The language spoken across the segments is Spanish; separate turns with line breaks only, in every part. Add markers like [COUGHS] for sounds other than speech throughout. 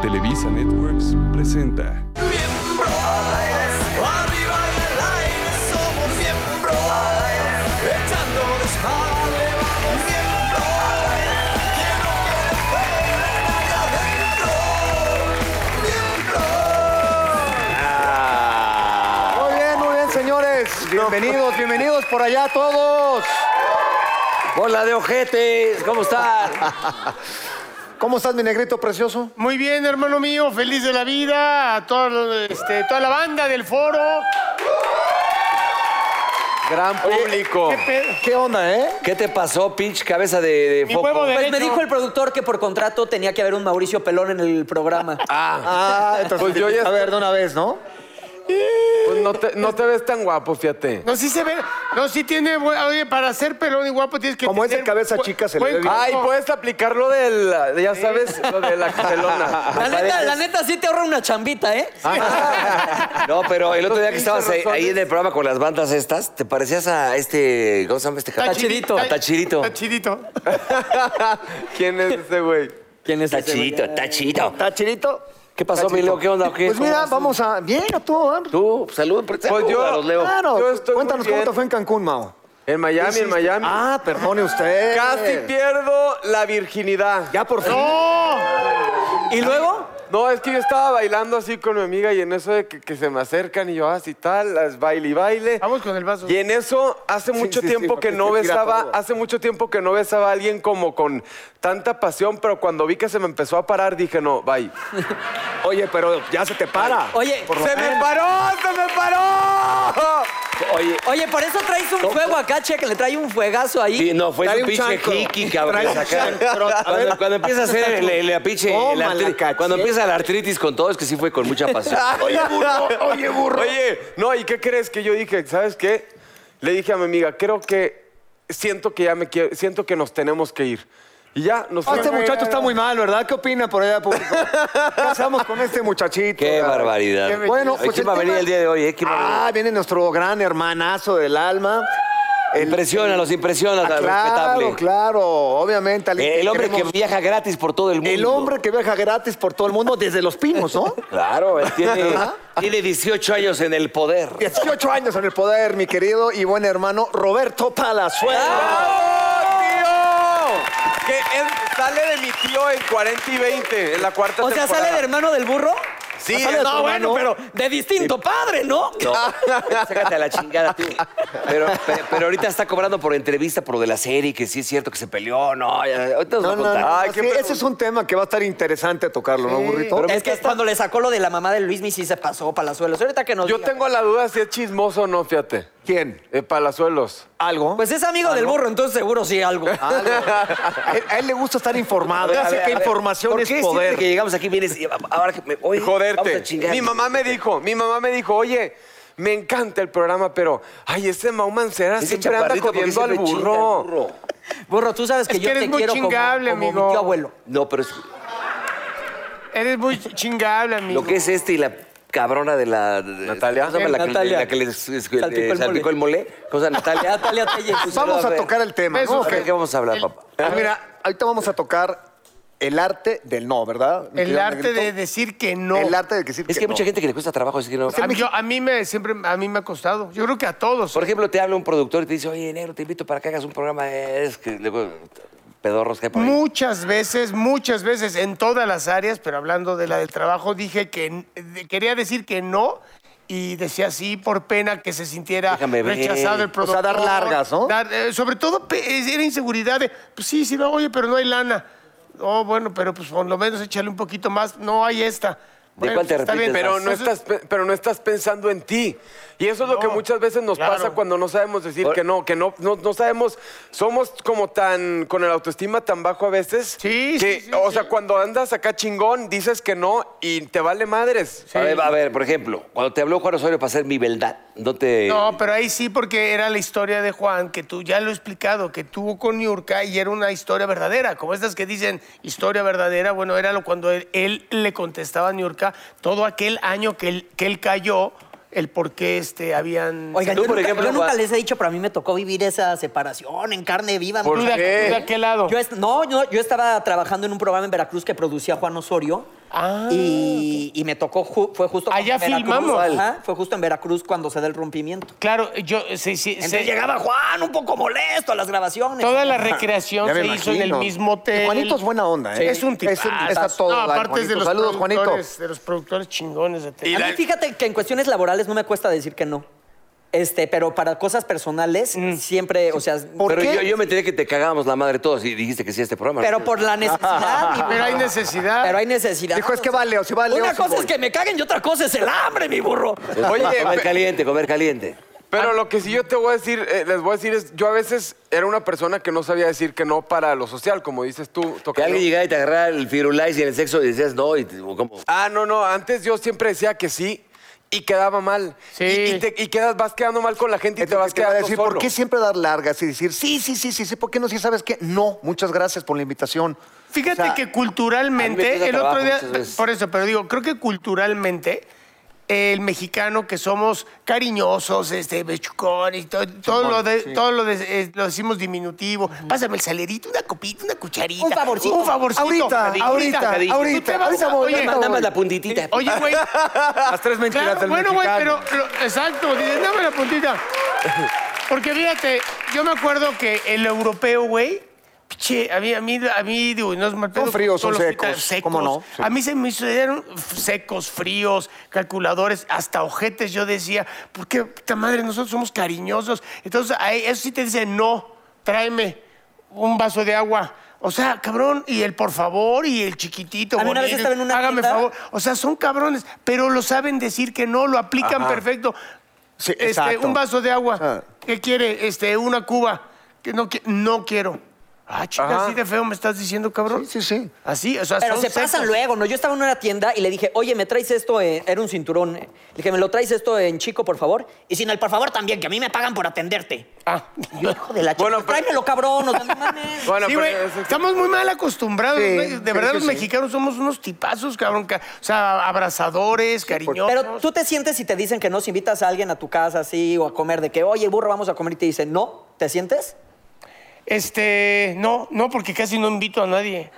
Televisa Networks presenta.
Miembros, arriba y al aire somos miembros, echando desmadre vamos miembros, quiero que le jueguen allá adentro, miembros.
Muy bien, muy bien, señores. Bienvenidos, bienvenidos por allá todos.
Hola de ojetes, ¿cómo están?
[LAUGHS] ¿Cómo estás, mi negrito precioso?
Muy bien, hermano mío, feliz de la vida, a todo lo- este, toda la banda del foro.
Gran público.
¿Qué pedo?
¿Qué onda, eh?
¿Qué te pasó, pinche cabeza de, de
Mi
foco?
huevo
Pues me
derecho.
dijo el productor que por contrato tenía que haber un Mauricio Pelón en el programa.
[LAUGHS] Ah, entonces.
Pues yo ya
A ver, de una vez, ¿no?
Pues no te, no te ves tan guapo, fíjate.
No, sí se ve, no, sí tiene, bu- oye, para ser pelón y guapo tienes que
Como es de
tener
cabeza
bu-
chica, se le
buen
ve bien.
cuerpo.
Ay, pues. puedes aplicar lo del, ya sabes, lo de la
[LAUGHS]
La
gelona.
neta, la neta sí te ahorra una chambita, ¿eh?
Ah,
[LAUGHS]
No, pero el otro día que
Pinches
estabas ahí,
razones.
ahí en el programa con las bandas estas, te parecías a este, ¿cómo se llama este
Está
cabrón?
Tachirito.
chidi-
A
está-
Tachirito.
Está chidito.
¿Quién es ese güey?
¿Quién es ese güey?
Tachirito, Tachirito.
Ah,
¿Está chidito?
¿Qué pasó, mi Leo? ¿Qué onda? o qué?
Pues
¿Cómo
mira,
vas?
vamos a. Bien, a todo. dar.
Tú, salud,
Pues yo-
los Leo.
Claro.
Yo estoy muy
Cuéntanos cómo
bien.
te fue en Cancún, Mao.
En Miami, en Miami.
Ah, perdone usted.
Casi pierdo la virginidad.
Ya por fin.
¿Y luego?
No, es que yo estaba bailando así con mi amiga y en eso de que, que se me acercan y yo así tal, las baile y baile.
Vamos con el vaso.
Y en eso hace mucho
sí, sí,
tiempo
porque
que no
se gira
besaba,
todo.
hace mucho tiempo que no besaba a alguien como con tanta pasión, pero cuando vi que se me empezó a parar dije, "No, bye."
[LAUGHS] Oye, pero ya se te para.
Oye,
¡Se me paró! ¡Se me paró!
Oye,
oye, por eso traes un fuego acá, che, que le trae un fuegazo ahí.
sí, no, fue
Trae un
un pinche
chancro.
jiki, cabrón.
Trae un
acá.
chancro. A ver.
Cuando, cuando empieza a hacer el- el- la pinche...
Toma
la
la
artri-
cacheta.
cuando empieza la artritis con todo, es que sí fue con mucha pasión.
Oye, burro. Oye, no, ¿y qué crees que yo dije? ¿Sabes qué? Le dije a mi amiga, creo que siento que ya me quiero, siento que nos tenemos que ir. Y ya nos
Ah, Este
fuimos.
muchacho está muy mal, ¿verdad? ¿Qué opina por allá, público? Pasamos con este muchachito.
Qué barbaridad.
Bueno,
Ay,
pues
¿Quién va a
tema-
venir el día de hoy? eh? ¿Quién va a venir?
Ah, viene nuestro gran hermanazo del alma.
Impresiónalos, impresiónalos,
Ah,
Ah, respetable.
claro, claro, obviamente. al-
El hombre que
queremos-
viaja gratis por todo el mundo.
el hombre que viaja gratis por todo el mundo desde Los Pinos, [LAUGHS] ¿no?
Claro, él tiene, tiene 18 años en el poder.
18 años en el poder, mi querido y buen hermano Roberto Palazuelo.
¡Bravo,
Ah,
tío! Que él sale de mi tío en 40 y 20, en la cuarta
O sea,
temporada.
sale el hermano del burro.
Sí,
Sale de
no,
tu
bueno,
hermano, De distinto padre, ¿no? [LAUGHS]
No, sácate a la chingada tú. Pero, pero, pero ahorita está cobrando por entrevista por lo de la serie, que sí es cierto que se peleó, no. ya- ahorita nos va
No,
a
no,
contar.
no.
Ay,
sí,
qué
ese es un tema que va a estar interesante tocarlo, ¿no, burrito?
Es que cuando le sacó lo de la mamá de Luis Misi se pasó palazuelos. Ahorita que nos
Yo
diga.
tengo la duda si es chismoso o no, fíjate.
¿Quién?
Eh, Palazuelos.
¿Algo?
Pues es
Ah,
amigo del burro, entonces seguro sí algo.
a, él, a él le gusta estar informado.
A
Dice
ver,
que
a ver,
información
¿por
es
qué siempre
poder.
que llegamos aquí vienes y ahora que me oye, vamos a
Joderte.
chingar.
Mi mamá me dijo, mi mamá me dijo, oye, me encanta el programa, pero, ay, ese Mau Mancera
Ese
siempre anda
chaparrito, ¿por qué
jodiendo al
siempre chinga al
burro.
burro?
[LAUGHS] Burro, tú sabes que
Es que
yo
eres
te
muy
quiero como,
chingable,
como mi
amigo.
tío abuelo.
No, pero es-
Eres muy chingable, amigo.
lo que es este y la cabrona de la... Natalia. ¿Cómo se llama la, que-
Natalia.
la que les eh,
Salpicó el
salpicó el mole? Cosa Natalia.
Natalia Telles.
Vamos
A
a
ver.
tocar el tema, ¿no?
Besos,
¿De
Ok.
qué vamos a hablar,
El-
papá?
Pues mira, ahorita vamos a tocar el arte del no, ¿verdad? mi
el
querido
arte de
negrito?
decir que no.
El arte de que decir
Es que, hay
no.
mucha gente que le cuesta trabajo decir que no.
a, mí, yo- a mí me siempre a mí me ha costado. Yo creo que a todos.
Por ejemplo, te habla un productor y te dice, oye, negro, te invito para que hagas un programa. eh, Es que luego pedorros que hay por ahí.
Muchas veces, muchas veces, en todas las áreas, pero hablando de la del trabajo, dije que n- de- quería decir que no y decía sí por pena que se sintiera
Déjame ver.
rechazado el
O sea,
productor.
dar largas, ¿no?
Dar, eh, sobre todo pe- eh, era inseguridad de, pues sí, sí, no, oye, pero no hay lana. Oh, bueno, pero pues por lo menos échale un poquito más. No hay esta. Bueno, pues
cuál te
está bien,
arrepientes
Pero no,
Entonces,
Ah, estás, pe- pero no estás pensando en ti. Y eso es lo que
No,
muchas veces nos
claro.
pasa cuando no sabemos decir
Ahora-
que no, que no, no, no sabemos, somos como tan, con el autoestima tan bajo a veces.
Sí,
que,
sí, sí,
O
sí.
sea, cuando andas acá chingón, dices que no y te vale madres.
A ver, a ver, por ejemplo, cuando te habló Juan Osorio para hacer mi beldad, no
Eh,
te...
No, pero ahí sí, porque era la historia de Juan, que tú ya lo he explicado, que tuvo con Niurka y era una historia verdadera. Como estas que dicen historia verdadera, bueno, era lo cuando él, él le contestaba a Niurka todo aquel año que él, que él cayó el por qué este, habían...
Oigan,
Tú,
yo,
por
nunca,
ejemplo,
yo nunca
Juan-
les he dicho, pero a mí me tocó vivir esa separación en carne viva.
¿Tú
¿no?
de, de a qué lado?
Yo est- no, yo, yo estaba trabajando en un programa en Veracruz que producía Juan Osorio.
Ah,
y, y me tocó, ju- fue justo
Allá
cuando en Veracruz,
filmamos.
ajá, fue justo en Veracruz cuando se da el rompimiento.
Claro, yo... Sí, sí,
Entonces
sí.
llegaba Juan un poco molesto a las grabaciones.
Toda la recreación
Ya
se
me
hizo en el
imagino.
mismo hotel.
Y Juanito es buena onda, ¿eh?
Sí. Es un tipo.
está todo dar,
aparte es de
Juanito.
los
Saludos, Juanito.
productores- De los productores chingones de tele.
A mí fíjate que en cuestiones laborales no me cuesta decir que no. Este, pero para cosas personales siempre, o sea,
¿Por
Pero
qué?
yo, yo me enteré que te cagábamos la madre todos y dijiste que sí a este programa.
pero por la necesidad. mi
Pero hay
burro.
necesidad.
Pero hay necesidad.
Dijo, es que
"Ah, o sea,
vale, o si vale, o
Una
si
cosa
voy.
es que me caguen y otra cosa es el hambre, mi burro.
[LAUGHS] Oye, comer caliente, comer caliente.
Pero lo que sí yo te voy a decir, eh, les voy a decir es, yo a veces era una persona que no sabía decir que no para lo social, como dices tú,
Que
tocayo.
alguien llegara y te agarrara el firulais y en el sexo y decías no y te- o como...
Ah, no, no, antes yo siempre decía que sí y quedaba mal.
Sí.
Y, y te, y quedas, vas quedando mal con la gente y te vas
Te iba a
quedando
decir,
solo.
¿por qué siempre dar largas y decir, sí, sí, sí, sí, sí, ¿por qué no? Si sabes que no, muchas gracias por la invitación.
Fíjate
O sea,
que
a mí me
culturalmente,
cuesta
el otro
trabajo
día,
muchas veces.
por eso, pero digo, creo que culturalmente el mexicano que somos cariñosos, este, bechucón y todo, todo lo de, todo lo, de- eh, lo decimos diminutivo. Pásame el salerito, una copita, una cucharita.
Un favorcito.
Un favorcito.
Ahorita,
Jadito,
ahorita,
jadito. Tú
ahorita,
te vas-
ahorita voy,
oye,
ahorita voy.
Nada más la puntitita.
Oye,
[LAUGHS]
güey.
Las tres mentiras
Claro,
del
bueno, güey,
mexicano.
pero lo- exacto, dices, dame la puntita. Porque fíjate, yo me acuerdo que el europeo, güey, piche, a mí, a mí, a mí, digo, no es mal
Son
pedo,
fríos, son
todos los
secos,
fritas-
¿cómo no? Sí.
A mí se me hicieron f- secos, fríos, calculadores, hasta ojetes. Yo decía, ¿por qué, puta madre, nosotros somos cariñosos? Entonces, ahí, eso sí te dice, no, tráeme un vaso de agua. O sea, cabrón, y el por favor, y el chiquitito,
A mí una vez
bonito,
estaba en una
hágame
tienda-
favor. O sea, son cabrones, pero lo saben decir que no, lo aplican perfecto.
Sí,
Este,
exacto.
un vaso de agua.
Ah.
¿Qué quiere? Este, una cuba. Que no, qui- no quiero. Ah, chica,
Ajá.
así de feo me estás diciendo, cabrón.
Sí, sí, sí.
Así, o sea,
Pero
son
se
secos.
pasan luego, ¿no? Yo estaba en una tienda y le dije, oye, ¿me traes esto? en-?" Era un cinturón. Le dije, ¿me lo traes esto en chico, por favor? Y sin el por favor también, que a mí me pagan por atenderte.
Ah.
Y Yo, [LAUGHS] hijo de la chica,
Bueno,
bueno,
pero-
tráemelo, cabrón. O sea, no mames.
Bueno,
Sí,
pero
güey,
es-
estamos muy mal acostumbrados.
Sí,
¿no?
sí,
de verdad,
sí,
los
sí.
mexicanos somos unos tipazos, cabrón. ca- O sea, abrazadores, cariñosos.
Pero tú te sientes si te dicen que no, si invitas a alguien a tu casa así o a comer, de que, oye, burro, vamos a comer y te dicen, no, ¿te sientes?
Este, no, no, porque casi no invito a nadie.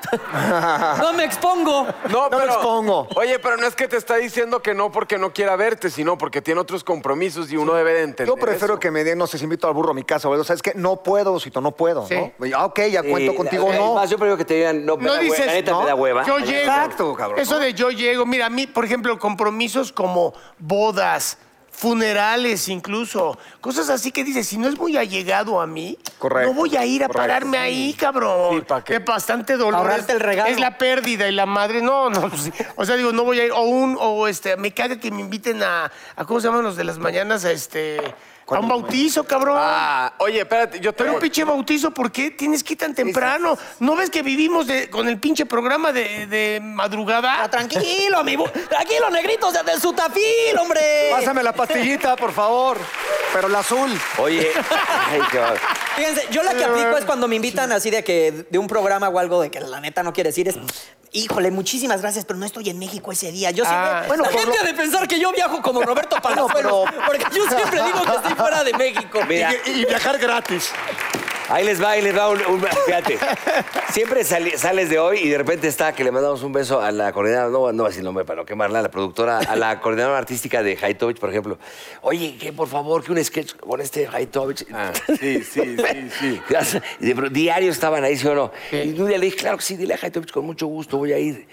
no me expongo.
No
No,
me
pero,
expongo.
Oye, pero no es que te está diciendo que no porque no quiera verte, sino porque tiene otros compromisos y uno debe de entender.
Yo prefiero
eso.
que me den, no sé si invito al burro a mi casa, o ¿sabes qué? No puedo, Osito, no puedo.
Sí.
¿no? Y, Ah, ok, ya [LAUGHS] cuento
Sí,
contigo,
la-
no.
Más, yo prefiero que te digan, no, me
No
da hue-
dices,
la neta
no,
me da hueva.
Yo llego.
Exacto, cabrón,
Eso
¿no?
de yo llego. Mira, a mí, por ejemplo, compromisos como bodas, funerales incluso, cosas así que dices, si no es muy allegado a mí,
Correcto,
no voy a ir a
correcto.
pararme ahí, cabrón.
Sí, ¿pa' qué?
Es bastante dolor.
Ahorrarte el regalo.
Es la pérdida y la madre. No, no. pues, o sea, digo, no voy a ir. O un, o este, me caga que me inviten a, a ¿cómo se llaman los de las mañanas? A este, a un bautizo, cabrón.
Ah, oye, espérate, yo
Pero
tengo...
un pinche bautizo, ¿por qué tienes que ir tan temprano? ¿No ves que vivimos de- con el pinche programa de, de
Ah,
madrugada?
tranquilo, mi burro. Tranquilo, negrito, desde su tafil, hombre.
Pásame la pastillita, por favor. Pero la azul.
Oye, ay, qué va-
Fíjense, yo la que aplico es cuando me invitan así de que de un programa o algo de que la neta no quieres ir es. Híjole, muchísimas gracias, pero no estoy en México ese día. Yo siempre.
Ah,
bueno,
bueno, la
por
gente
lo-
ha de pensar que yo viajo como
[LAUGHS]
Roberto Palazuelos,
pero-
porque yo
[LAUGHS]
siempre digo que estoy fuera de México.
Mira,
Y, y viajar gratis.
ahí les va, ahí les va un, un- fíjate. Siempre sali- sales de hoy y de repente está que le mandamos un beso a la coordinadora, no, no voy a decir nombre para no quemarla, a la productora, a la coordinadora artística de Haitovich, por ejemplo. Oye, que por favor, que un sketch con este Haitovich.
Ah, sí, sí, sí,
[LAUGHS]
sí.
Y de pro- Diario estaban ahí, ¿sí o no? Y un día le dije, claro que sí, dile a Haitovich, con mucho gusto voy a ir.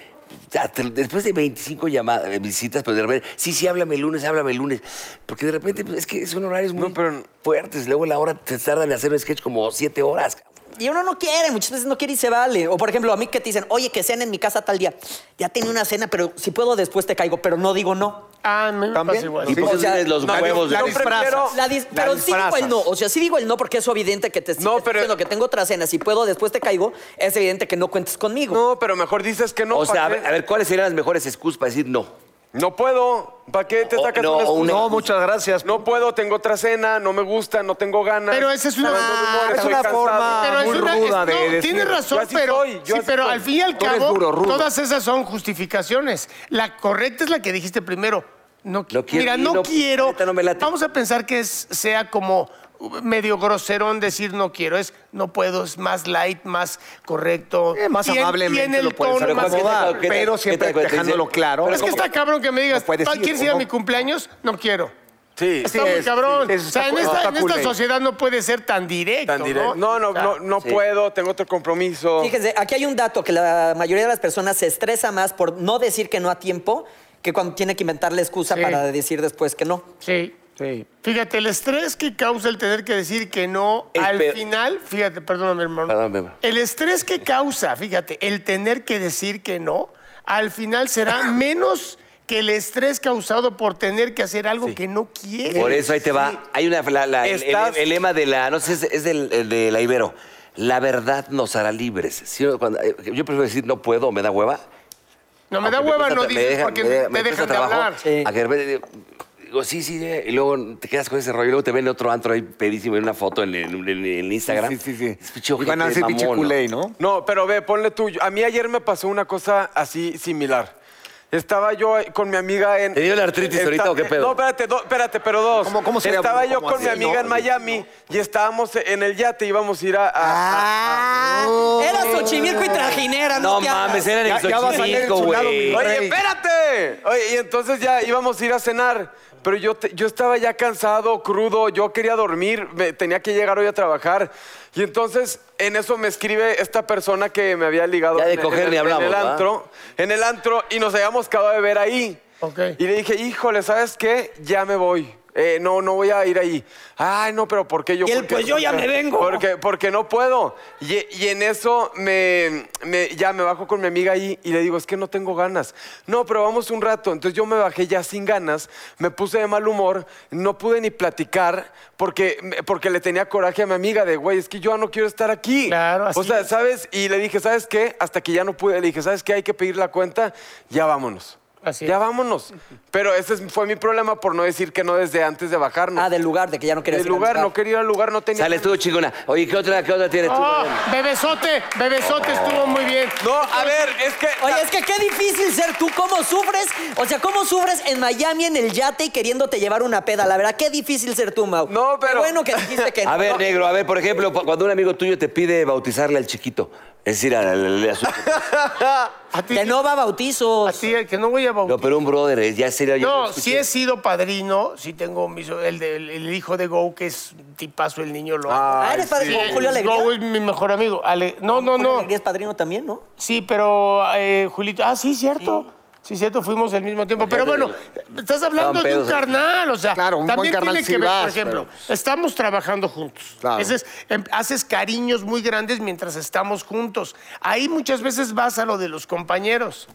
Hasta- Después de 25 llamadas, visitas, pero de repente, sí, sí, háblame el lunes, háblame el lunes. Porque de repente pues, es que son horarios muy
No, pero-
fuertes. Luego la hora te tardan en hacer un sketch como 7 horas. cabrón.
Y uno no quiere, muchas veces no quiere y se vale. O por ejemplo, a mí que te dicen, oye, que cena en mi casa tal día. Ya tenía una cena, pero si puedo después te caigo, pero no digo no.
Ah, no me
También.
pasa igual.
Y pues,
Sí,
por eso
o sea,
tienes los
no,
huevos de
la
la
disfrazas.
La dis-
La
pero sí digo el
disfrazas.
no. O sea, sí digo el no porque es evidente que te
No,
no,
pero-
diciendo que tengo otra cena. Si puedo, después te caigo. Es evidente que no cuentes conmigo.
No, pero mejor dices que no.
O
¿pa'
sea, a
qué?
ver, a ver, ¿cuáles serían las mejores excusas para decir no?
No puedo. ¿Para qué te
O-
sacas
no,
una
o una-
excusa?
No, muchas gracias.
No puedo, tengo otra cena, no me gusta, no tengo ganas.
Pero esa es una-
Ando de humor,
es
estoy
una
cansado.
forma-
Pero es
muy
una- es-
ruda
no,
de decir,
tienes razón,
yo así
pero,
soy, yo
sí,
así
pero
soy.
al fin y al
Tú eres
cabo,
duro, rudo.
todas esas son justificaciones. La correcta es la que dijiste primero. No, qui-
No quiero
Mira,
ir,
no,
no,
quiero.
neta, no me late.
Vamos a pensar que es- sea como medio groserón decir no quiero. Es no puedo, es más light, más correcto.
Eh, más
Y en- y en
amablemente
el
lo puedes
tono más-
acomodar,
¿qué te-
pero
qué te
siempre
cuesta? Dice,
dejándolo claro.
pero
Es que
¿cómo?
está cabrón que me digas,
No puedes
"Ah,
ir,
¿quieres
¿o
ir a
no?
mi cumpleaños? No quiero.
Sí.
Está muy
es-
cabrón.
sí, es-
o sea, en
está-
esta,
está
en esta
culé.
sociedad no puede ser tan directo.
Tan directo.
¿no?
No, no, no, no
Sí.
puedo, tengo otro compromiso.
Fíjense, aquí hay un dato que la mayoría de las personas se estresa más por no decir que no a tiempo que cuando tiene que inventar la excusa
Sí.
para decir después que no.
Sí.
Sí.
Fíjate, el estrés que causa el tener que decir que no
Es
al
peor.
final, fíjate, perdóname, hermano.
Perdón, mi amor.
El estrés que causa, fíjate, el tener que decir que no, al final
[COUGHS]
será menos que el estrés causado por tener que hacer algo que no quieres.
Por eso ahí te va. Hay una la- la- el- el-
Estás-
el, lema de la, no sé, es, es del, el de la Ibero. La verdad nos hará libres. Sí, cuando- eh, yo prefiero decir no puedo, me da hueva.
No me da
Aunque
hueva,
cuesta-
no
me
dices
dejan-
porque
me de- me
te dejan
cuesta
de
trabajo,
hablar.
A que de repente digo, digo, sí, sí, eh, y luego te quedas con ese rollo, y luego te ven otro antro ahí pedísimo en una foto en, en- en- en Instagram.
Sí, sí, sí.
Es pinche
Y van a
ojete
decir pinche
mamón, ¿no?
culé, ¿no?
No, pero ve, ponle tú. A mí ayer me pasó una cosa así similar. Estaba yo con mi amiga en.
¿Te dio la artritis ahorita o qué pedo?
No, espérate, do- espérate, pero dos.
¿Cómo- cómo sería?
Estaba yo
¿Cómo
con
así?
mi amiga
No,
en Miami y estábamos en el yate, íbamos a ir a. a- a-
Ah, era Xochimilco y trajinera, no,
No
te hagas.
eh.
mames, era en
Ya- ya vas a leer
Xochimilco,
en su lado,
güey.
mi rey.
Oye, espérate. Oye, y entonces ya íbamos a ir a cenar, pero yo, te- yo estaba ya cansado, crudo, yo quería dormir, me- tenía que llegar hoy a trabajar. Y entonces en eso me escribe esta persona que me había ligado
Ya de
en, el-
coger
en
ni
el- en
hablamos,
el
¿va?
antro, en el antro y nos habíamos acabado de ver ahí.
Ok.
Y le dije, híjole, ¿sabes qué? Ya me voy. Eh, no, no voy a ir ahí. Ay, no, pero ¿por qué yo?
Y él,
Porque-
pues, yo ya
porque-
me vengo.
Porque, porque no puedo. Y, y en eso me, me- ya me bajo con mi amiga ahí y le digo, es que no tengo ganas. No, pero vamos un rato. Entonces yo me bajé ya sin ganas, me puse de mal humor, no pude ni platicar porque, porque le tenía coraje a mi amiga de, güey, es que yo ya no quiero estar aquí.
Claro, así
O sea,
es.
¿sabes? Y le dije, ¿sabes qué? Hasta que ya no pude, le dije, ¿sabes qué? Hay que pedir la cuenta, ya vámonos.
Así
ya
es.
vámonos. Pero ese es- fue mi problema por no decir que no desde antes de bajarnos.
Ah, del lugar, de que ya no querías
Del
ir al
lugar, no quería ir al lugar, no tenía.
Sale, estuvo chingona. Oye, ¿qué otra, qué otra tienes
Ah.
tú?
Oh, bebesote, bebesote estuvo muy bien.
No, a ver, es que.
Oye, es que qué difícil ser tú, cómo sufres, o sea, cómo sufres en Miami en el yate y queriéndote llevar una peda, la verdad, qué difícil ser tú, Mau.
No,
Qué
pero-
bueno que dijiste que no.
[LAUGHS] A ver, negro, a ver, por ejemplo, cu- cuando un amigo tuyo te pide bautizarle al chiquito, es decir, al, al- al- a su-
[LAUGHS]
Ah, A ti,
que no va a
a
bautizos.
ti, el que no voy a bautizar.
No, pero un brother, eh, ya sería yo.
No,
escuché.
sí he sido padrino, sí tengo mi so- el, de- el- el hijo de Go, que es un tipazo, el niño lo amo.
Ah, eres padre con Julio Alegría.
Go es mi mejor amigo. Ale- no, no,
Julio
no.
Alegría es padrino también, ¿no?
Sí, pero eh, Julito, ah, sí, cierto. Sí, cierto, fuimos al mismo tiempo. Pero bueno, estás hablando
Estaban
de un
pedos aquí.
carnal, o sea,
Claro, un buen
también
carnal
tiene
sí
que ver, por
vas,
ejemplo, estamos trabajando juntos.
Claro.
Ese es- em, haces cariños muy grandes mientras estamos juntos. Ahí muchas veces vas a lo de los compañeros.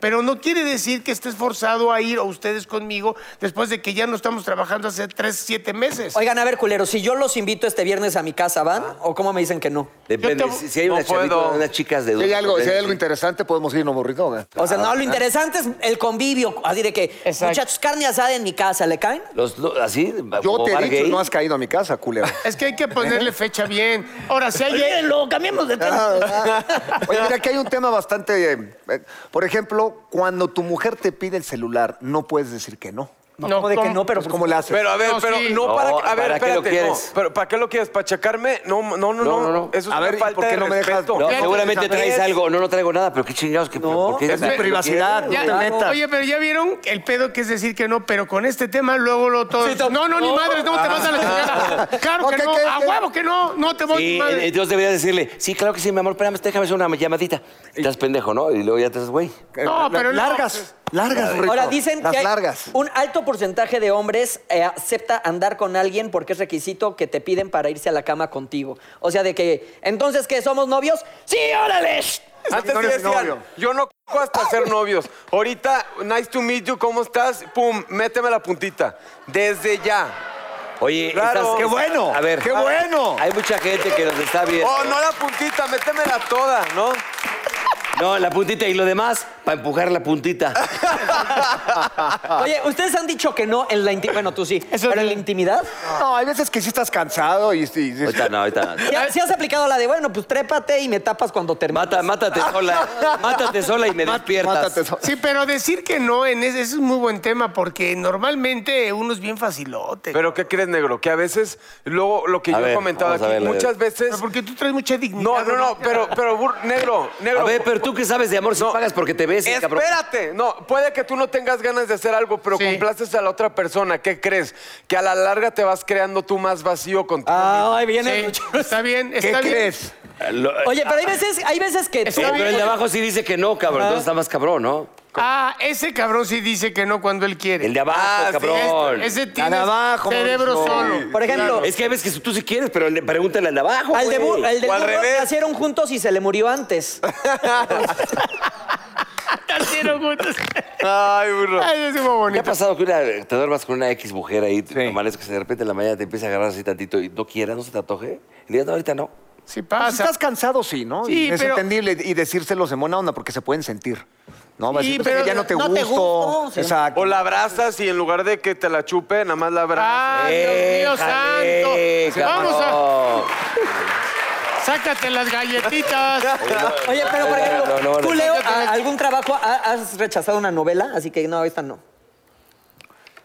Pero no quiere decir que estés forzado a ir o ustedes conmigo después de que ya no estamos trabajando hace tres, siete meses.
Oigan, a ver, culeros, si yo los invito este viernes a mi casa, ¿van? ¿O cómo me dicen que no?
Depende,
yo te-
si, si hay
no
una chavita,
puedo.
unas chicas de
Si hay algo, si hay
de-
algo interesante, podemos irnos burrito. güey.
O sea, no, lo interesante es el convivio, así de que,
Exacto.
muchachos, carne asada en mi casa, ¿le caen?
Los, lo- así,
Yo
Ah, como
te
bar
he dicho,
gay.
no has caído a mi casa,
[LAUGHS]
culero.
Es que hay
[LAUGHS]
que ponerle fecha bien. Ahora, si hay... cambiemos de
Oye, mira, aquí hay un tema bastante... eh, eh, por ejemplo, cuando tu mujer te pide el celular, no puedes decir que no.
No,
¿Cómo de que
¿cómo?
no, pero pues, ¿cómo le haces?
Pero a ver,
No,
pero
sí.
no
No,
para. a ver,
¿para qué lo
espérate,
quieres?
no, pero ¿para qué lo quieres? ¿Para checarme? No, no, no, no.
no,
Eso
no.
es
A
una
ver, ¿y
falta
por qué
de
no me dejas?
respeto.
No,
Fíjate,
seguramente
¿sabes?
traes algo. No, no traigo nada, pero qué chingados. Que, ¿por qué?
es mi privacidad,
Ya,
no te metas.
oye, pero ya vieron el pedo que es decir que no, pero con este tema luego lo todo.
Sí, to-
no, no, ni madres, no te vas a la chingada. Claro que
Ok,
no,
¿qué-
a
qué?
huevo que no, no te voy ni
Sí, eh,
madre.
entonces deberías decirle, sí, claro que sí, mi amor, espérame, déjame hacer una llamadita. Estás pendejo, ¿no? Y luego ya te haces, güey.
no, pero no.
Eh, largas, largas, burrito.
Ahora dicen
Las
que hay
largas.
un alto porcentaje de hombres eh, acepta andar con alguien porque es requisito que te piden para irse a la cama contigo. O sea, de que, entonces, ¿qué? ¿Somos novios? ¡Sí, órale!
Antes
No
sí
eres mi
decían,
novio.
yo no cojo hasta ser novios. Ahorita, nice to meet you, ¿cómo estás? Pum, méteme la puntita. Desde ya.
Oye,
Claro. ¡Qué
bueno!
A ver,
¡Qué bueno!
Hay mucha gente que nos está viendo.
Oh, no la puntita, métemela toda, ¿no?
No, la puntita y lo demás para empujar la puntita.
Oye, ustedes han dicho que no en la intimidad. Bueno, tú sí.
Eso
pero en
sí.
la intimidad.
No, hay veces que sí estás cansado y... y- y-
Ahorita no, ahorita no.
Si has aplicado la de, bueno, pues trépate y me tapas cuando termines.
Mata, mátate sola. Mátate sola y me despiertas.
Mátate solo.
Sí, pero decir que no en ese, ese es un muy buen tema porque normalmente uno es bien facilote.
Pero ¿qué crees, negro? Que a veces, luego lo que
A
yo he
ver,
comentado
vamos a
aquí,
verla, a ver.
muchas veces...
Pero porque tú traes mucha dignidad.
No, no, no,
¿verdad?
pero, pero, bur- negro, negro...
A ver, pero tú que sabes de amor si
No.
pagas porque te ves, eh, cabrón.
Espérate, no, puede que tú no tengas ganas de hacer algo, pero
Sí.
complaces a la otra persona. ¿Qué crees? Que a la larga te vas creando tú más vacío contigo.
Ah, ahí viene. el
Sí,
luchador.
está bien, está bien.
Lo-
Oye, pero hay veces, hay veces que tú.
Sí, pero el de abajo sí dice que no, cabrón.
Ajá.
Entonces está más cabrón, ¿no?
Ah, ese cabrón sí dice que no cuando él quiere.
El de abajo,
Ah, sí,
cabrón.
Este- ese tiene
de abajo,
cerebro
Mauricio.
[LAUGHS] solo.
Por ejemplo,
Es que ves que tú sí quieres, pero le- pregúntale al de abajo.
al de
güey.
bu- al del
O al
burro
revés.
nacieron juntos y se le murió antes.
Nacieron juntos.
Ay, burro.
Ay, ese fue
¿Qué ha
bonito.
pasado que una- te duermas con una X mujer ahí, te amanezcas y de repente en la mañana te empieza a agarrar así tantito y no quieras, no se te antoje? Y digas, no, ahorita no.
Sí
Si
pasa.
Pues estás cansado, sí, ¿no?
Sí,
Y es
pero-
entendible y decírselos de buena onda porque se pueden sentir. No, va a
Sí,
decir, "Pues que
pero
ya no te
no te
gusto.
gustó, sí.
Exacto.
O la abrazas y en lugar de que te la chupe, nada más la
Ah,
abrazas.
Eh,
Ay, Dios mío
Déjale,
santo. Vamos a.
cabrón.
Sácate las galletitas.
Oye, pero por ejemplo,
No, no, no, no.
tú, Leo, a- algún trabajo ha- has rechazado una novela, así que no, esta no.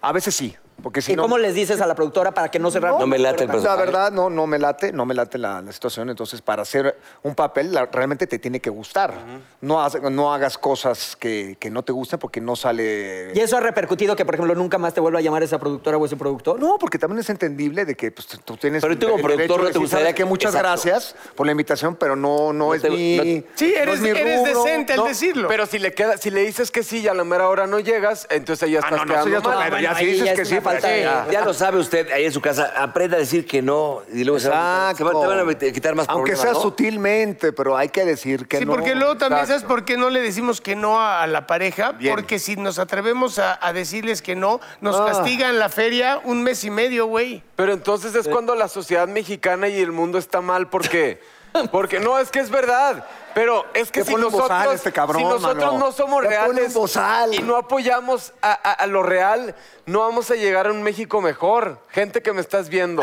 A veces sí, porque si
¿Y
no...
cómo les dices a la productora para que no se
No me late el
La
personaje.
verdad, no, no me late, no me late la, la situación. Entonces, para hacer un papel, la- realmente te tiene que gustar. no, hace- no hagas cosas que, que no te gusten porque no sale...
¿Y eso ha repercutido que, por ejemplo, nunca más te vuelva a llamar esa productora o ese productor?
No, porque también es entendible de que pues, tú tienes
Pero tú como
el
productor
derecho
no
de
te
decir,
gustaría
"Sabes
que-
qué? muchas
Exacto.
gracias por la invitación, pero no, no, es
te-
mi...
no-
Sí,
no
eres,
es mi
eres
rubro".
decente al
No,
decirlo.
Pero si le, queda, si le dices que sí y a la mera hora no llegas, entonces ahí ya estás
Ah, Eso
quedando
ya es otro
mal.
pedo, ya si
bueno, ahí ya
dices
es
que
una
sí, pues,
falta de-
ya.
Ya lo sabe usted ahí en su casa. Aprenda a decir que no y luego se van- se
Exacto.
van, Pues, te van a met- quitar más
Aunque
problemas,
sea
¿no?
sutilmente, pero hay que decir que
sí,
no.
porque luego también,
Exacto.
¿sabes por qué no le decimos que no a, a la pareja?
Bien.
Porque si nos atrevemos a, a decirles que no, nos castigan la feria un mes y medio, güey.
Pero entonces es cuando la sociedad mexicana y el mundo está
[LAUGHS]
mal porque porque no es que es verdad, pero es que
Ya
si
ponle un
nosotros
bozal a este cabrón,
si nosotros
mano.
no somos
Ya ponle
reales
un bozal.
y no apoyamos a, a- a lo real, no vamos a llegar a un México mejor. Gente que me estás viendo.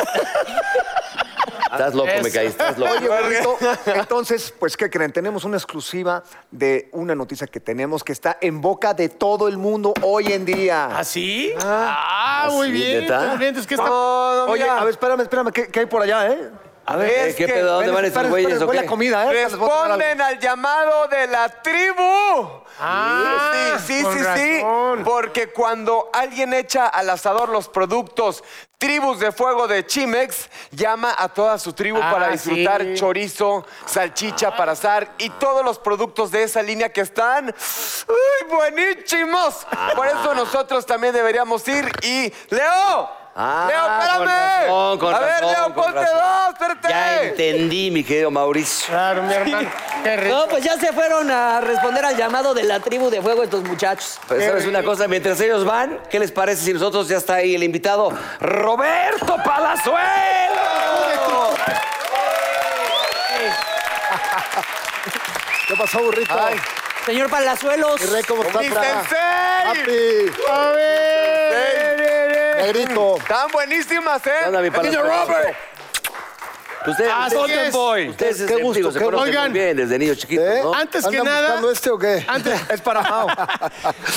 Estás loco, me
Eso.
caíste. Estás loco.
Oye, [LAUGHS] Burrito, entonces, pues, ¿qué creen? Tenemos una exclusiva de una noticia que tenemos que está en boca de todo el mundo hoy en día.
¿Así? Ah, muy
¿sí,
bien.
neta?
Muy bien, entonces, ¿qué está-
[LAUGHS] No, no,
Oye,
mira.
a ver, espérame, espérame, ¿qué, qué hay por allá, eh?
A ver,
Eh, ¿Qué pedo? ¿A ¿Dónde van estos güeyes o
Huele
qué?
a comida, eh? Les voy a poner algo.
Responden al llamado de la tribu.
Ah,
sí, sí,
con
sí,
razón.
sí. Porque cuando alguien echa al asador los productos Tribus de Fuego de Chimex, llama a toda su tribu
Ah,
para disfrutar
sí.
chorizo, salchicha para asar y todos los productos de esa línea que están ¡Uy, buenísimos!
Ah.
Por eso nosotros también deberíamos ir y... ¡Leo!
Ah,
¡Leo, espérame!
con razón, con
a ver,
razón,
Leo,
con
ponte
razón.
dos, espérate.
Ya entendí, mi querido Mauricio.
Claro, mi hermano. Qué rico.
No, pues ya se fueron a responder al llamado de la tribu de fuego estos muchachos.
Pero, Pues, ¿Sabes una cosa? Mientras ellos van, ¿qué les parece si nosotros ya está ahí el invitado Roberto Palazuelo?
¿Qué pasó, burrito? Ay,
Señor Palazuelos.
mi rey, ¿cómo estás?
¡Sensei!
Papi,
A ver.
negrito.
Están buenísimas, ¿eh?
¿Qué onda, mi Palazuelo?
Robert!
Ustedes,
Así
ustedes,
es.
ustedes
Qué gusto,
digo, se
qué
conocen
gusto.
muy bien desde niños chiquitos,
¿Eh?
¿no?
Antes que
¿Andan
nada,
buscando este o qué?
Antes-
[LAUGHS] Es para Mao.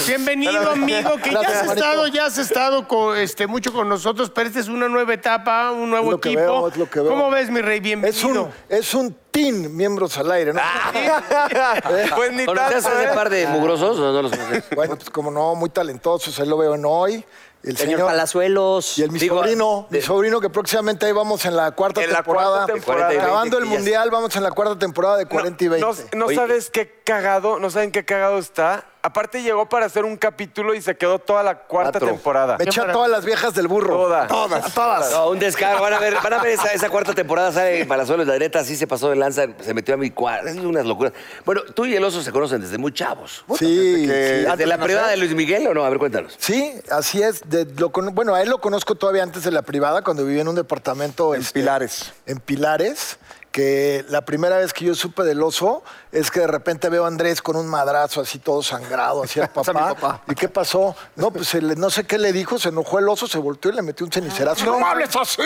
bienvenido amigo, que ya has
Gracias, manito.
estado, ya has estado con, este, mucho con nosotros, pero esta es una nueva etapa, un nuevo
lo que
equipo.
veo, es lo que veo.
¿Cómo ves, mi rey?
Es
Bienvenido.
un, es un team miembros al aire, ¿no?
Ah.
[LAUGHS] Eh,
[LAUGHS]
Pues ni
¿Conocías
tanto,
a ese
¿eh?
par de mugrosos o no los conoces?
Bueno, pues como no, muy talentosos, ahí lo veo en hoy. El
Señor,
señor,
Palazuelos.
y el mi
Digo,
sobrino,
de-
mi sobrino que próximamente ahí vamos en la cuarta
En la
temporada.
cuarta temporada.
Acabando el
40 y 20
mundial, vamos en la cuarta temporada de 40 y 20.
No, no
Oye.
sabes qué cagado, no saben qué cagado está. Aparte llegó para hacer un capítulo y se quedó toda la cuarta
Cuatro.
temporada.
Me eché a todas las viejas del burro.
Todas.
Todas, todas.
No, un descaro. Van a ver, van a ver esa, esa cuarta temporada, sale Palazuelos, la neta, así se pasó de lanza, se metió a mi cuarto. Es unas locuras. Bueno, tú y el oso se conocen desde muy chavos.
Sí, sí,
¿Desde
antes
la
de
privada
nacer.
de Luis Miguel o no? A ver, cuéntanos.
Sí, así es. De- lo cono- bueno, a él lo conozco todavía antes de la privada, cuando vivía este, en un departamento. En
Pilares.
En Pilares. que la primera vez que yo supe del oso es que de repente veo a Andrés con un madrazo así todo sangrado, así al papá.
a mi papá.
¿Y qué pasó? No, pues se le- no sé qué le dijo, se enojó el oso, se volteó y le metió un cenicerazo. ¡No, hables así!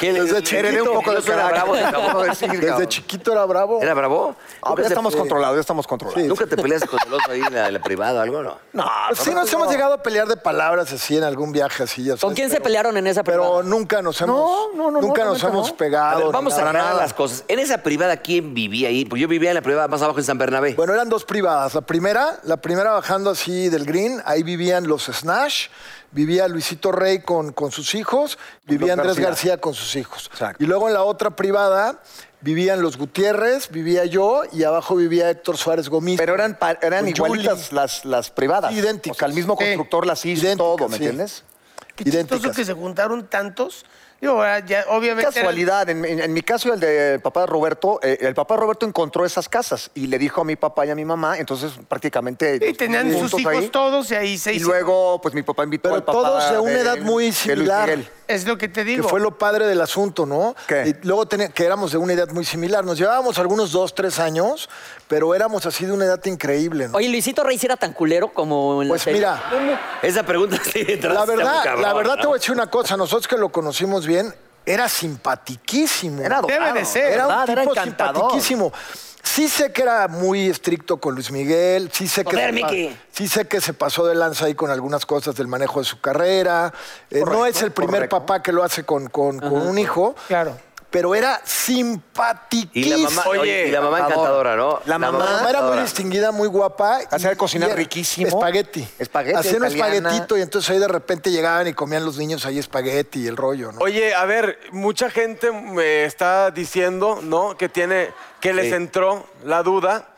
¿Qué le-
Desde
le-
chiquito.
un poco de
Desde
carácter.
bravo,
Era bravo,
decir,
Desde
cabrón.
chiquito era bravo.
¿Era bravo?
Ah,
¿Nunca
ya
te-
estamos controlados, ya estamos controlados.
Sí.
¿Nunca te peleas con el otro ahí en la, en la privada o algo, no?
No, pues, sí nos hemos llegado a pelear de palabras así en algún viaje así. ya
¿Con
sabes,
quién se
pero-
pelearon en esa
Pero
privada?
nunca nos hemos, nunca nos hemos
A
pegado.
ver, vamos a
para
aclarar
nada.
las cosas. En esa privada, ¿quién vivía ahí? Pues yo vivía en la privada más abajo en San Bernabé.
Bueno, eran dos privadas. La primera, la primera bajando así del green, ahí vivían los Snash, vivía Luisito Rey con, con sus hijos, vivía
Los
Andrés
García.
García con sus hijos.
Exacto.
Y luego en la otra privada vivían los Gutiérrez, vivía yo y abajo vivía Héctor Suárez Gomis.
Pero eran, pa- eran
Con
igualitas
Yuli.
las, las privadas.
Sí, idénticas.
O sea, el mismo
Sí.
constructor las hizo y
Idénticas,
todo, ¿me
sí.
entiendes?
Qué
Idénticas.
chistoso que se juntaron tantos. Digo, ahora ya, obviamente. eran-
Casualidad, en, en- en mi caso y el de papá de Roberto, eh, el papá de Roberto encontró esas casas y le dijo a mi papá y a mi mamá, entonces prácticamente...
y tenían sus
juntos
hijos
ahí.
todos y ahí se
Y
hizo-
luego, pues mi papá invitó
Pero
al papá
todos de una edad muy
de Luis
similar.
Miguel.
Es lo que te
que
digo.
fue lo padre del asunto, ¿no?
¿Qué?
Y luego teni- que éramos de una edad muy similar. Nos llevábamos algunos dos, tres años, pero éramos así de una edad increíble, ¿no?
Oye, Luisito Rey sí era tan culero como en la
Pues
serie.
mira,
Esa pregunta [LAUGHS] sí entraste
la
a un
verdad,
cabrón,
la verdad
¿no?
te voy a decir una cosa. Nosotros que lo conocimos bien, era simpatiquísimo.
Era adorado.
Ah,
Debe de ser.
Era un
¿verdad?
tipo
encantador.
simpatiquísimo. Sí sé que era muy estricto con Luis Miguel, sí sé, que
Joder,
se pa-
Miki.
sí sé que se pasó de lanza ahí con algunas cosas del manejo de su carrera. Eh, no es el primer
correcto.
papá que lo hace con, con- con un hijo.
Claro.
Pero era simpatiquísimo.
Y la mamá,
Oye,
oye, y la mamá encantadora, ¿no?
La mamá-
La mamá era muy
encantadora.
distinguida, muy guapa.
Hacía
y-
cocinar
y-
riquísimo.
Espagueti.
Espagueti,
Hacían un
italiana.
espaguetito y entonces ahí de repente llegaban y comían los niños ahí espagueti y el rollo, ¿no?
Oye, a ver, mucha gente me está diciendo, ¿no? Que tiene, que les
Sí.
entró la duda.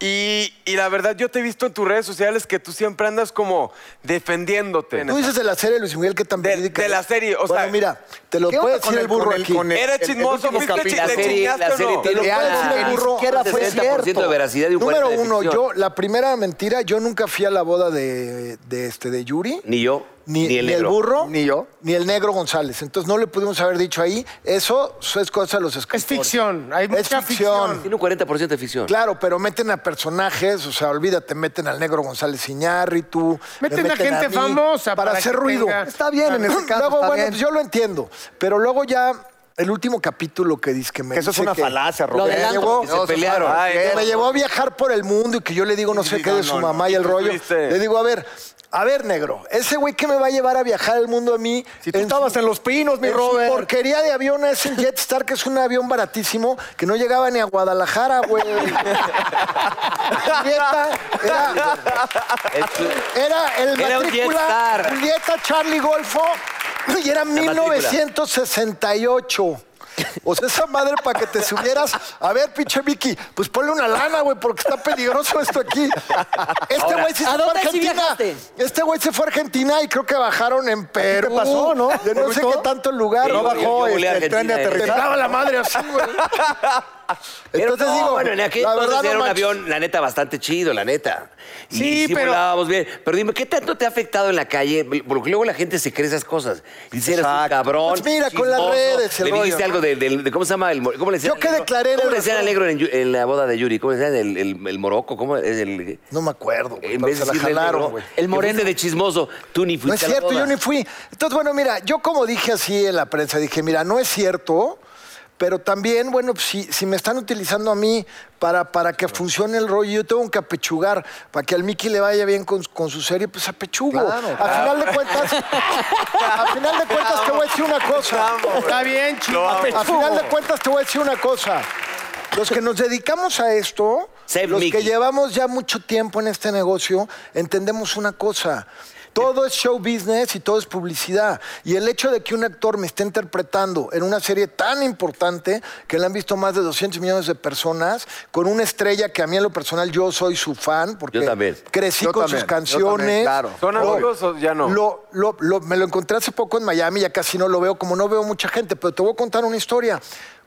Y, y la verdad, yo te he visto en tus redes sociales que tú siempre andas como defendiéndote.
Tú dices de la serie de Luis Miguel que
De-
también.
de la serie, o
bueno,
sea,
mira, te lo
¿Qué onda
puede
con
decir el burro
con el-
aquí.
con el-
Era
el- el
chismoso,
último
fuiste chi-
capítulo.
le
serie-
chingaste
la
o
serie
no?
tiene-
Te lo
Real,
puede decir el
ni
burro.
siquiera fue
60%
cierto.
de veracidad y un
Número
40 de
uno,
ficción.
yo, la primera mentira, yo nunca fui a la boda de, de este, de Yuri.
Ni yo,
Ni,
ni el
ni el
negro.
burro.
Ni yo.
Ni el negro González. Entonces no le pudimos haber dicho ahí. Eso, eso es cosa de los
Es
escritores.
ficción. Hay
Es
mucha ficción.
ficción.
Tiene un 40% de ficción.
Claro, pero meten a personajes, o sea, olvídate, meten al negro González Iñárritu. me
Meten a gente
mí
famosa
Para,
para
hacer
que
ruido.
tenga-
Está bien en ese caso,
Luego,
está
bueno,
bien.
pues yo lo entiendo. Pero luego ya, el último capítulo que dice que me
Que eso es
dice
una
que-
falacia,
que
Roberto.
me
del antro,
llevó-
que se pelearon.
Ah,
que
cierto.
me llevó a viajar por el mundo y que yo le digo no sé qué de su
no, no.
mamá y el rollo.
Fuiste.
Le digo, a ver, a ver, negro, ese güey que me va a llevar a viajar el mundo a mí.
Si tú estabas en Los Pinos, mi
en su
Robert.
porquería de avión es el Jetstar, que es un avión baratísimo, que no llegaba ni a Guadalajara,
[LAUGHS]
güey. Julieta era, era el
Era un
matrícula
Jetstar.
Julieta Charlie Golfo y era
matrícula.
1968. O sea, esa madre para que te subieras. A ver, pinche Vicky, pues ponle una lana, güey, porque está peligroso esto aquí. Este güey sí se
¿a
fue a
dónde sí
Argentina.
viajaste?
este güey se fue a Argentina y creo que bajaron en Perú.
pasó, no?
De no sé qué tanto lugar.
Sí,
no
yo-
bajó.
yo volé a
este, el tren de
Argentina, eh.
Te
aterrizaje.
daba la madre así, güey.
Pero
Entonces
no,
digo,
bueno, en aquel
la
entonces
verdad no
era un
manches.
avión, la neta, bastante chido, la neta. Y
Sí,
sí
pero-
volábamos bien. Pero dime, ¿qué tanto te ha afectado en la calle? Porque luego la gente se cree esas cosas. Y Dice, eres un
Exacto.
cabrón.
Pues mira, con
chismoso.
las redes, el
Le
rollo,
dijiste
¿no?
algo de, del- de- ¿cómo se llama? El, mor- ¿Cómo le decían?
Yo que declaré
¿Cómo
la
le decían al
razón.
negro en, Yu- en la boda de Yuri? ¿Cómo le decían? El, el, el moroco, ¿cómo? Es el...
No me acuerdo, güey,
En
pero
vez
se
de
la
decirle
jalaron,
negro,
güey.
El moreno de chismoso. Tú ni fuiste
No es
a la
cierto,
boda.
yo ni fui. Entonces, bueno, mira, yo como dije así en la prensa, dije, mira, no es cierto, pero también, bueno, pues, si, si me están utilizando a mí para, para que funcione el rollo, yo tengo que apechugar para que al Mickey le vaya bien con, con su serie, pues apechugo.
Claro,
a
claro.
final de cuentas, a final de cuentas te voy a decir una cosa.
Está bien, chido.
A final de cuentas te voy a decir una cosa. Los que nos dedicamos a esto,
Save
los
Mickey.
que llevamos ya mucho tiempo en este negocio, entendemos una cosa. Todo es show business y todo es publicidad. Y el hecho de que un actor me esté interpretando en una serie tan importante que la han visto más de 200 millones de personas, con una estrella que a mí en lo personal yo soy su fan, porque
Yo también.
crecí
Yo
con
también,
sus
yo también,
canciones.
claro.
¿Son
Lo-
amigos o ya no?
lo- lo- lo- me lo encontré hace poco en Miami, ya casi no lo veo, como no veo mucha gente, pero te voy a contar una historia.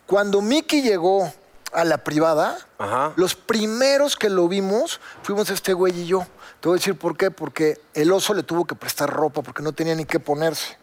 Cuando Mickey llegó a la privada,
Ajá.
los primeros que lo vimos fuimos este güey y yo. Te voy a decir por qué, porque el oso le tuvo que prestar ropa porque no tenía ni qué ponerse.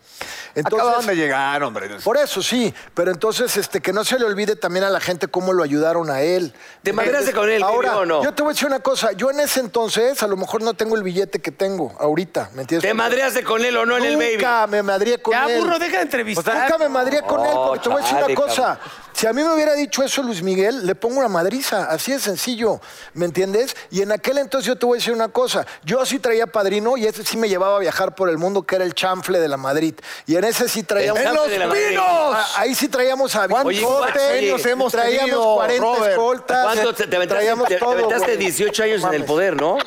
Acababan de llegar, hombre.
Por eso sí, pero entonces este que no se le olvide también a la gente cómo lo ayudaron a él.
¿Te madreaste
Entonces,
con él,
Ahora,
Mimi, o no?
yo te voy a decir una cosa, yo en ese entonces a lo mejor no tengo el billete que tengo ahorita, ¿me entiendes?
¿Te madreaste con él o no en el baby?
Nunca me madrié con
Ya,
él.
burro, deja de
Pues
entrevistar.
nunca me madrié con él,
No,
porque te voy a decir
chale,
una cosa.
cabrón.
Si a mí me hubiera dicho eso Luis Miguel, le pongo una madriza, así de sencillo, ¿me entiendes? Y en aquel entonces yo te voy a decir una cosa, yo sí traía padrino y ese sí me llevaba a viajar por el mundo, que era el chanfle de la Madrid. Y en ese sí
El
traíamos...
chanfle de la Madrid.
Ah, Ahí sí traíamos a
Oye, ¿cuántos años
hemos
traíamos
tenido,
40
Robert?
escoltas,
¿Cuánto te, te aventaste,
traíamos
te- te
todo,
aventaste
güey.
18 años en el
Mames.
poder, ¿no?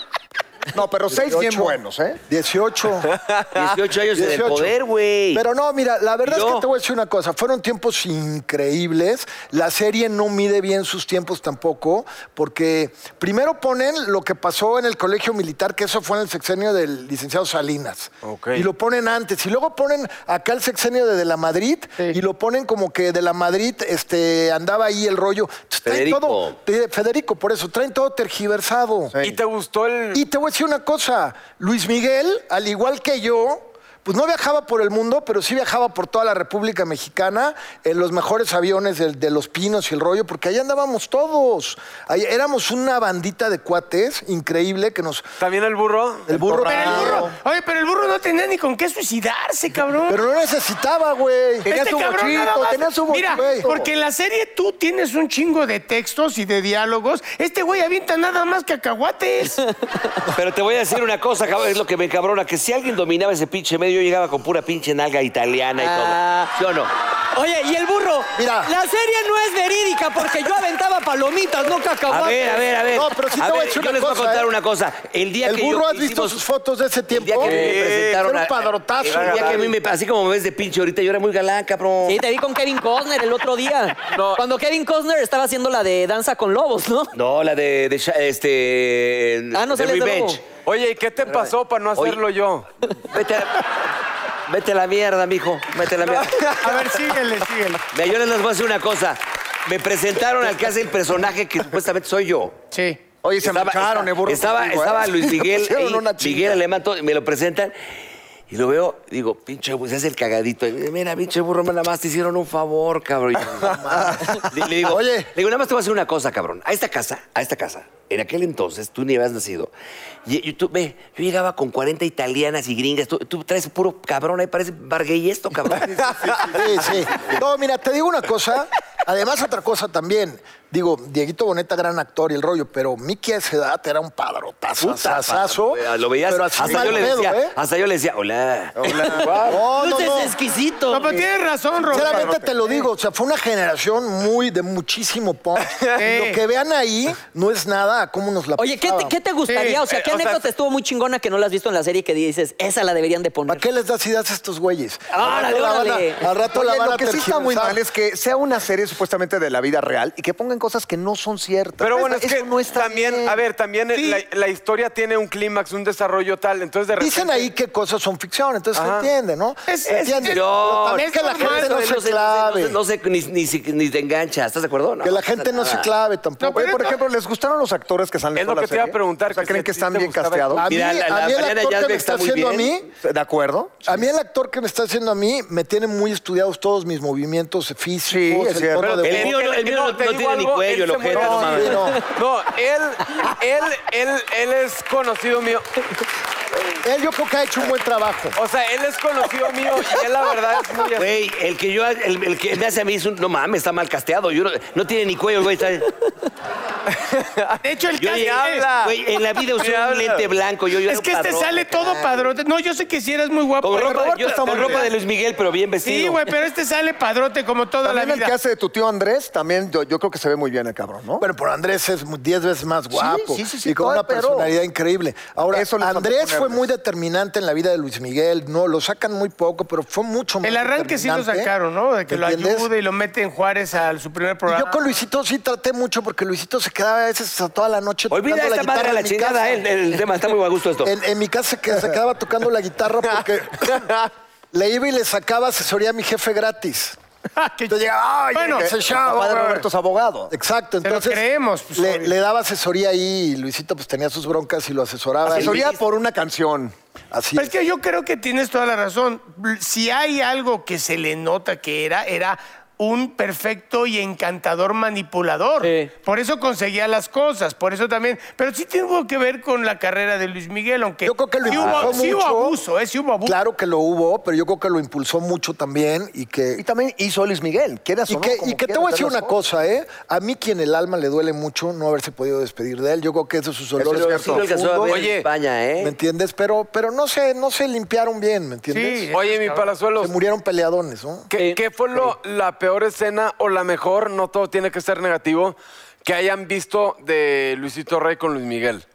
No, pero seis bien
18.
buenos, ¿eh?
[LAUGHS]
18.
18 años en el poder, güey.
Pero no, mira, la verdad
Yo-
es que te voy a decir una cosa. Fueron tiempos increíbles. La serie no mide bien sus tiempos tampoco, porque primero ponen lo que pasó en el colegio militar, que eso fue en el sexenio del licenciado Salinas.
Ok.
Y lo ponen antes. Y luego ponen acá el sexenio de De La Madrid, y lo ponen como que De La Madrid este, andaba ahí el rollo. Entonces, traen
Federico.
todo- eh, Federico, por eso, traen todo tergiversado.
¿Y te gustó
Mm.
el...?
Y te voy a decir una cosa, Luis Miguel, al igual que yo, pues no viajaba por el mundo, pero sí viajaba por toda la República Mexicana en los mejores aviones del- de, Los Pinos y el rollo, porque ahí andábamos todos. Ahí éramos una bandita de cuates increíble que nos...
¿También el burro?
El burro...
Pero el burro, oye, pero el burro no tenía ni con qué suicidarse, cabrón.
Pero no necesitaba, güey.
Este
Tenía su
cabrón nada
bochito,
más-
tenía su
Mira,
bochito.
porque en la serie tú tienes un chingo de textos y de diálogos. Este güey avienta nada más
[LAUGHS]
cacahuates.
Pero te voy a decir una cosa, cabrón, es lo que me encabrona, que si alguien dominaba ese pinche medio, yo llegaba con pura pinche nalga italiana y
Ah.
todo. ¿Sí o no?
Oye, y el burro.
Mira.
La serie no es verídica porque yo aventaba palomitas, no
A
cacahuates.
ver, a ver, a ver.
No, pero sí te
a
voy a
ver,
decir
yo
una
les voy a
cosa,
contar
¿eh?
una cosa. El día
El
que
burro,
yo
¿has visto
hicimos-
sus fotos de ese
El día
tiempo?
que me
Era
presentaron
un
a-
padrotazo.
El día que a mí me así como me ves de pinche ahorita, yo era muy galán, cabrón.
Sí, te vi con Kevin Costner el otro día. Cuando Kevin Costner estaba haciendo la de Danza con Lobos, ¿no?
No, la de, de Sha- este
Ah, no
de
sales de
Revenge.
nuevo.
Oye, ¿y qué te pasó para no
Oye.
hacerlo yo?
Vete a, vete a la mierda, mijo. Vete a la mierda.
[LAUGHS]
A ver, síguele, síguele.
Mira, yo les voy a decir una cosa. Me presentaron al que hace el personaje que supuestamente soy yo.
Sí.
Oye, se marcharon, eh, burro.
Estaba,
contigo, ¿eh?
estaba
[LAUGHS]
Luis
Me
Miguel,
pusieron
ahí,
una chinga.
Miguel Alemán, todo, y me lo presentan. Y lo veo, digo, pinche burro, se hace el cagadito. Y, Mira, pinche burro, nada más te hicieron un favor, cabrón. Y yo, "No mames". le, le digo,
Oye.
le digo, nada más te voy a hacer una cosa, cabrón. A esta casa, a esta casa, en aquel entonces tú ni habías nacido. Y, y tú, ve, yo llegaba con 40 italianas y gringas. Tú, tú traes puro cabrón, ahí parece barguey esto, cabrón.
[LAUGHS]
Sí, sí. No, mira, te digo una cosa. Además, otra cosa también. Digo, Dieguito Boneta, gran actor y el rollo, pero Mickey a esa edad era un padrotazo, sasazo.
Eh, Lo veías,
pero así
hasta,
mal
yo le
pedo,
decía,
¿eh?
hasta yo le decía, hola.
No, no,
Entonces
no.
es exquisito.
No, pero tienes razón, Roberto.
Sinceramente te lo digo, o sea, fue una generación muy de
[LAUGHS]
muchísimo punk. Y Lo que vean ahí no es nada a cómo nos la
Oye, ¿qué te, qué te gustaría? eh, O sea, ¿qué anécdota estuvo muy chingona que no la has visto en la serie que dices, esa la deberían de poner?
¿Para qué les das ideas a estos güeyes?
Órale,
Al rato la van a-
órale.
Al rato la
Oye,
van a
lo que sí está muy
tergiversar.
mal es que sea una serie supuestamente de la vida real y que pongan cosas que no son ciertas.
Pero bueno, es
Eso
que
no está
también,
bien.
a ver, también la, la historia tiene un clímax, un desarrollo tal, entonces de repente...
Dicen ahí qué cosas son ficción, entonces se
Ajá.
entiende, ¿no?
Es-
Se
es-
entiende.
es-
Pero también
es
que la
normal,
gente
no
no
sé,
se
no sé,
clave.
no sé, ni, ni si- ni te engancha, ¿estás de acuerdo?
Que la gente no se
nada.
clave tampoco.
Oye, por ejemplo, ¿les gustaron los actores que salen
Es lo
con la
que te iba a
serie?
preguntar,
O sea,
que si
¿Creen
a
que
ti
están
te
bien
gustaba-
casteados?
A mí,
Mira, la- la
a mí el
Mariana
actor que
Yazbek
me
está
está
muy
haciendo a
bien.
mí,
¿De acuerdo?
a mí el actor que me está haciendo a mí, me tiene muy estudiados todos mis movimientos físicos,
es cierto.
tono de
El
voz.
mío no, el mío no,
te
no
digo
tiene ni
algo,
cuello,
él
el
se
ojete,
muere.
no
No,
mames.
sí, no.
No, él, él, él, él es conocido mío.
Él yo creo que ha hecho un buen trabajo.
O sea, él es conocido mío y él la verdad es muy así.
Güey, el que yo, el, el que me hace a mí es un, no mames, está mal casteado. Yo no, no tiene ni cuello, güey. está-
De hecho, el
Yo
casting
llegué-
es-
güey, en la vida usé
Me
un
habla.
lente blanco. Yo, yo era
Es
un
que este
padrón.
sale todo padrote. No, yo sé que sí eres muy guapo.
Con
pero
ropa,
Roberto
yo-
está
con
muy
ropa
bien.
de Luis Miguel, pero bien vestido.
Sí, güey, pero este sale padrote como toda la
También el
vida.
que hace de tu tío Andrés, también yo, yo creo que se ve muy bien el cabrón, ¿no?
Bueno, pero Andrés es mu- 10 veces más guapo
sí, sí, sí,
y con
todo,
una
pero-
personalidad increíble. Ahora,
Eso les faltó
Andrés fue
ponerles.
muy determinante en la vida de Luis Miguel, no, lo sacan muy poco, pero fue mucho más
El arranque sí lo
determinante,
sacaron, ¿no? De que lo
¿entiendes?
ayude y lo mete en Juárez al su primer
Y
programa. [LAUGHS]
yo con Luisito sí traté mucho porque Luisito se quedaba a veces hasta toda la noche
Olvida
tocando
esta madre a
guitarra
la
en mi
chingada, eh.
casa.
el, el tema está muy a gusto esto.
En, en mi casa se, qued- se quedaba tocando la guitarra porque
[LAUGHS]
le iba y le sacaba asesoría a mi jefe gratis.
Ah, Que-
Yo llegaba, "Ay,
Bueno,
ese chavo,
Padre
güey".
Roberto es abogado.
Exacto,
lo
entonces
creemos, pues,
le,
obvio.
le daba asesoría ahí y Luisito pues tenía sus broncas y lo asesoraba.
Asesoría
Y-
por una canción.
Así
Pero es que yo creo que tienes toda la razón. Si hay algo que se le nota que era, era un perfecto y encantador manipulador.
Sí.
Por eso conseguía las cosas, por eso también. Pero sí tuvo que ver con la carrera de Luis Miguel, aunque
Yo creo que lo
sí hubo,
impulsó
sí hubo
mucho.
abuso, ¿eh? Sí hubo abuso.
Claro que lo hubo, pero yo creo que lo impulsó mucho también y que
Y también hizo Luis Miguel, quieras
Y
o no,
que,
como
y que te
quieras,
voy a decir
las
una
cosas.
cosa, ¿eh? A mí quien el alma le duele mucho no haberse podido despedir de él. Yo creo que esos sus olores
Pero sí lo alcanzó a ver en
Oye,
España,
¿Me
¿eh?
entiendes? Pero, pero no se, no se limpiaron bien, ¿me entiendes?
Sí.
Oye, mi
Se
palazuelos,
murieron peleadones, ¿no?
¿qué, qué fue lo- la peor escena o la mejor? No todo tiene que ser negativo. Que hayan visto de Luisito Rey con Luis Miguel.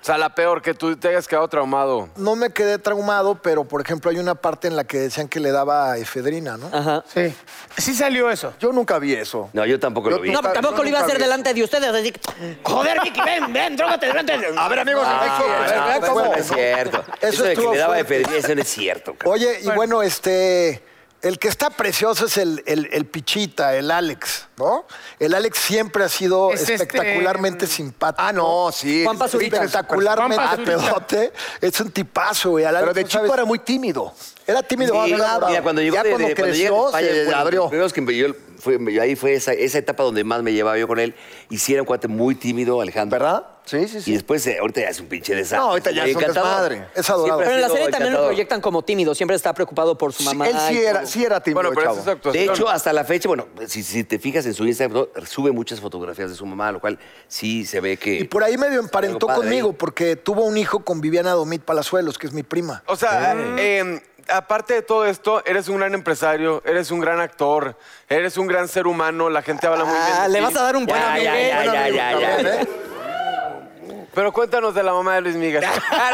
O sea, la peor, que tú te hayas quedado traumado.
No me quedé traumado, pero por ejemplo hay una parte en la que decían que le daba efedrina, ¿no?
Ajá.
Sí. Sí salió
[LAUGHS]
eso.
Yo nunca vi eso.
No, yo tampoco lo vi.
No, tampoco lo iba a hacer
nunca vi.
delante de ustedes, así que...
Joder, Vicky, ven, ven, drógate delante. A ver, amigos,
Ah,
Pero,
no,
¿verdad?
eso
¿Cómo?
no es cierto.
Eso
Eso de que
estuvo
le daba
fuerte.
epidemia, eso no es cierto. cabrón.
Oye, y bueno, este. El que está precioso es el, el- el Pichita, el Alex, ¿no? El Alex siempre ha sido
Es este,
espectacularmente
mm,
simpático.
Ah, no, sí.
Juan Pazurita.
Juan
Espectacularmente
Pazurita.
pedote. Es un tipazo, güey. Al
Pero
Alex,
de
no
chico
sabes-
era muy tímido.
Era tímido,
Sí,
hablaba.
mira, cuando llegó
Ya
de- de-
cuando
cuando
creció,
llegué a España,
se
bueno,
abrió.
los primeros que me- yo- fue- ahí fue esa, esa etapa donde más me llevaba yo con él. Y sí era un cuate muy tímido, Alejandro.
¿Verdad? Ah, Sí, sí, sí.
Y después, eh, ahorita ya es un pinche desastre.
No, ahorita ya es un
Encantador.
desmadre.
Es
Siempre
adorable.
Pero
ha
en la
sido
serie también lo
encantador.
proyectan como tímido, siempre está preocupado por su
Sí,
mamá.
él sí
y
era,
todo.
sí era tímido,
Bueno, pero
chavo.
esa es su
De
actuación.
hecho, hasta la fecha, bueno, si, si te fijas en su Instagram, ¿no? sube muchas fotografías de su mamá, lo cual sí se ve que...
Y por ahí medio emparentó
Algo padre
conmigo,
ahí.
porque tuvo un hijo con Viviana Domit Palazuelos, que es mi prima.
O sea, eh, aparte de todo esto, eres un gran empresario, eres un gran actor, eres un gran ser humano, la gente habla muy bien. de
Ah, le
ti.
vas a dar un buen
Ya,
amigo.
ya, ya, ya, ya, ya.
Pero cuéntanos de la mamá de Luis Miguel. [LAUGHS]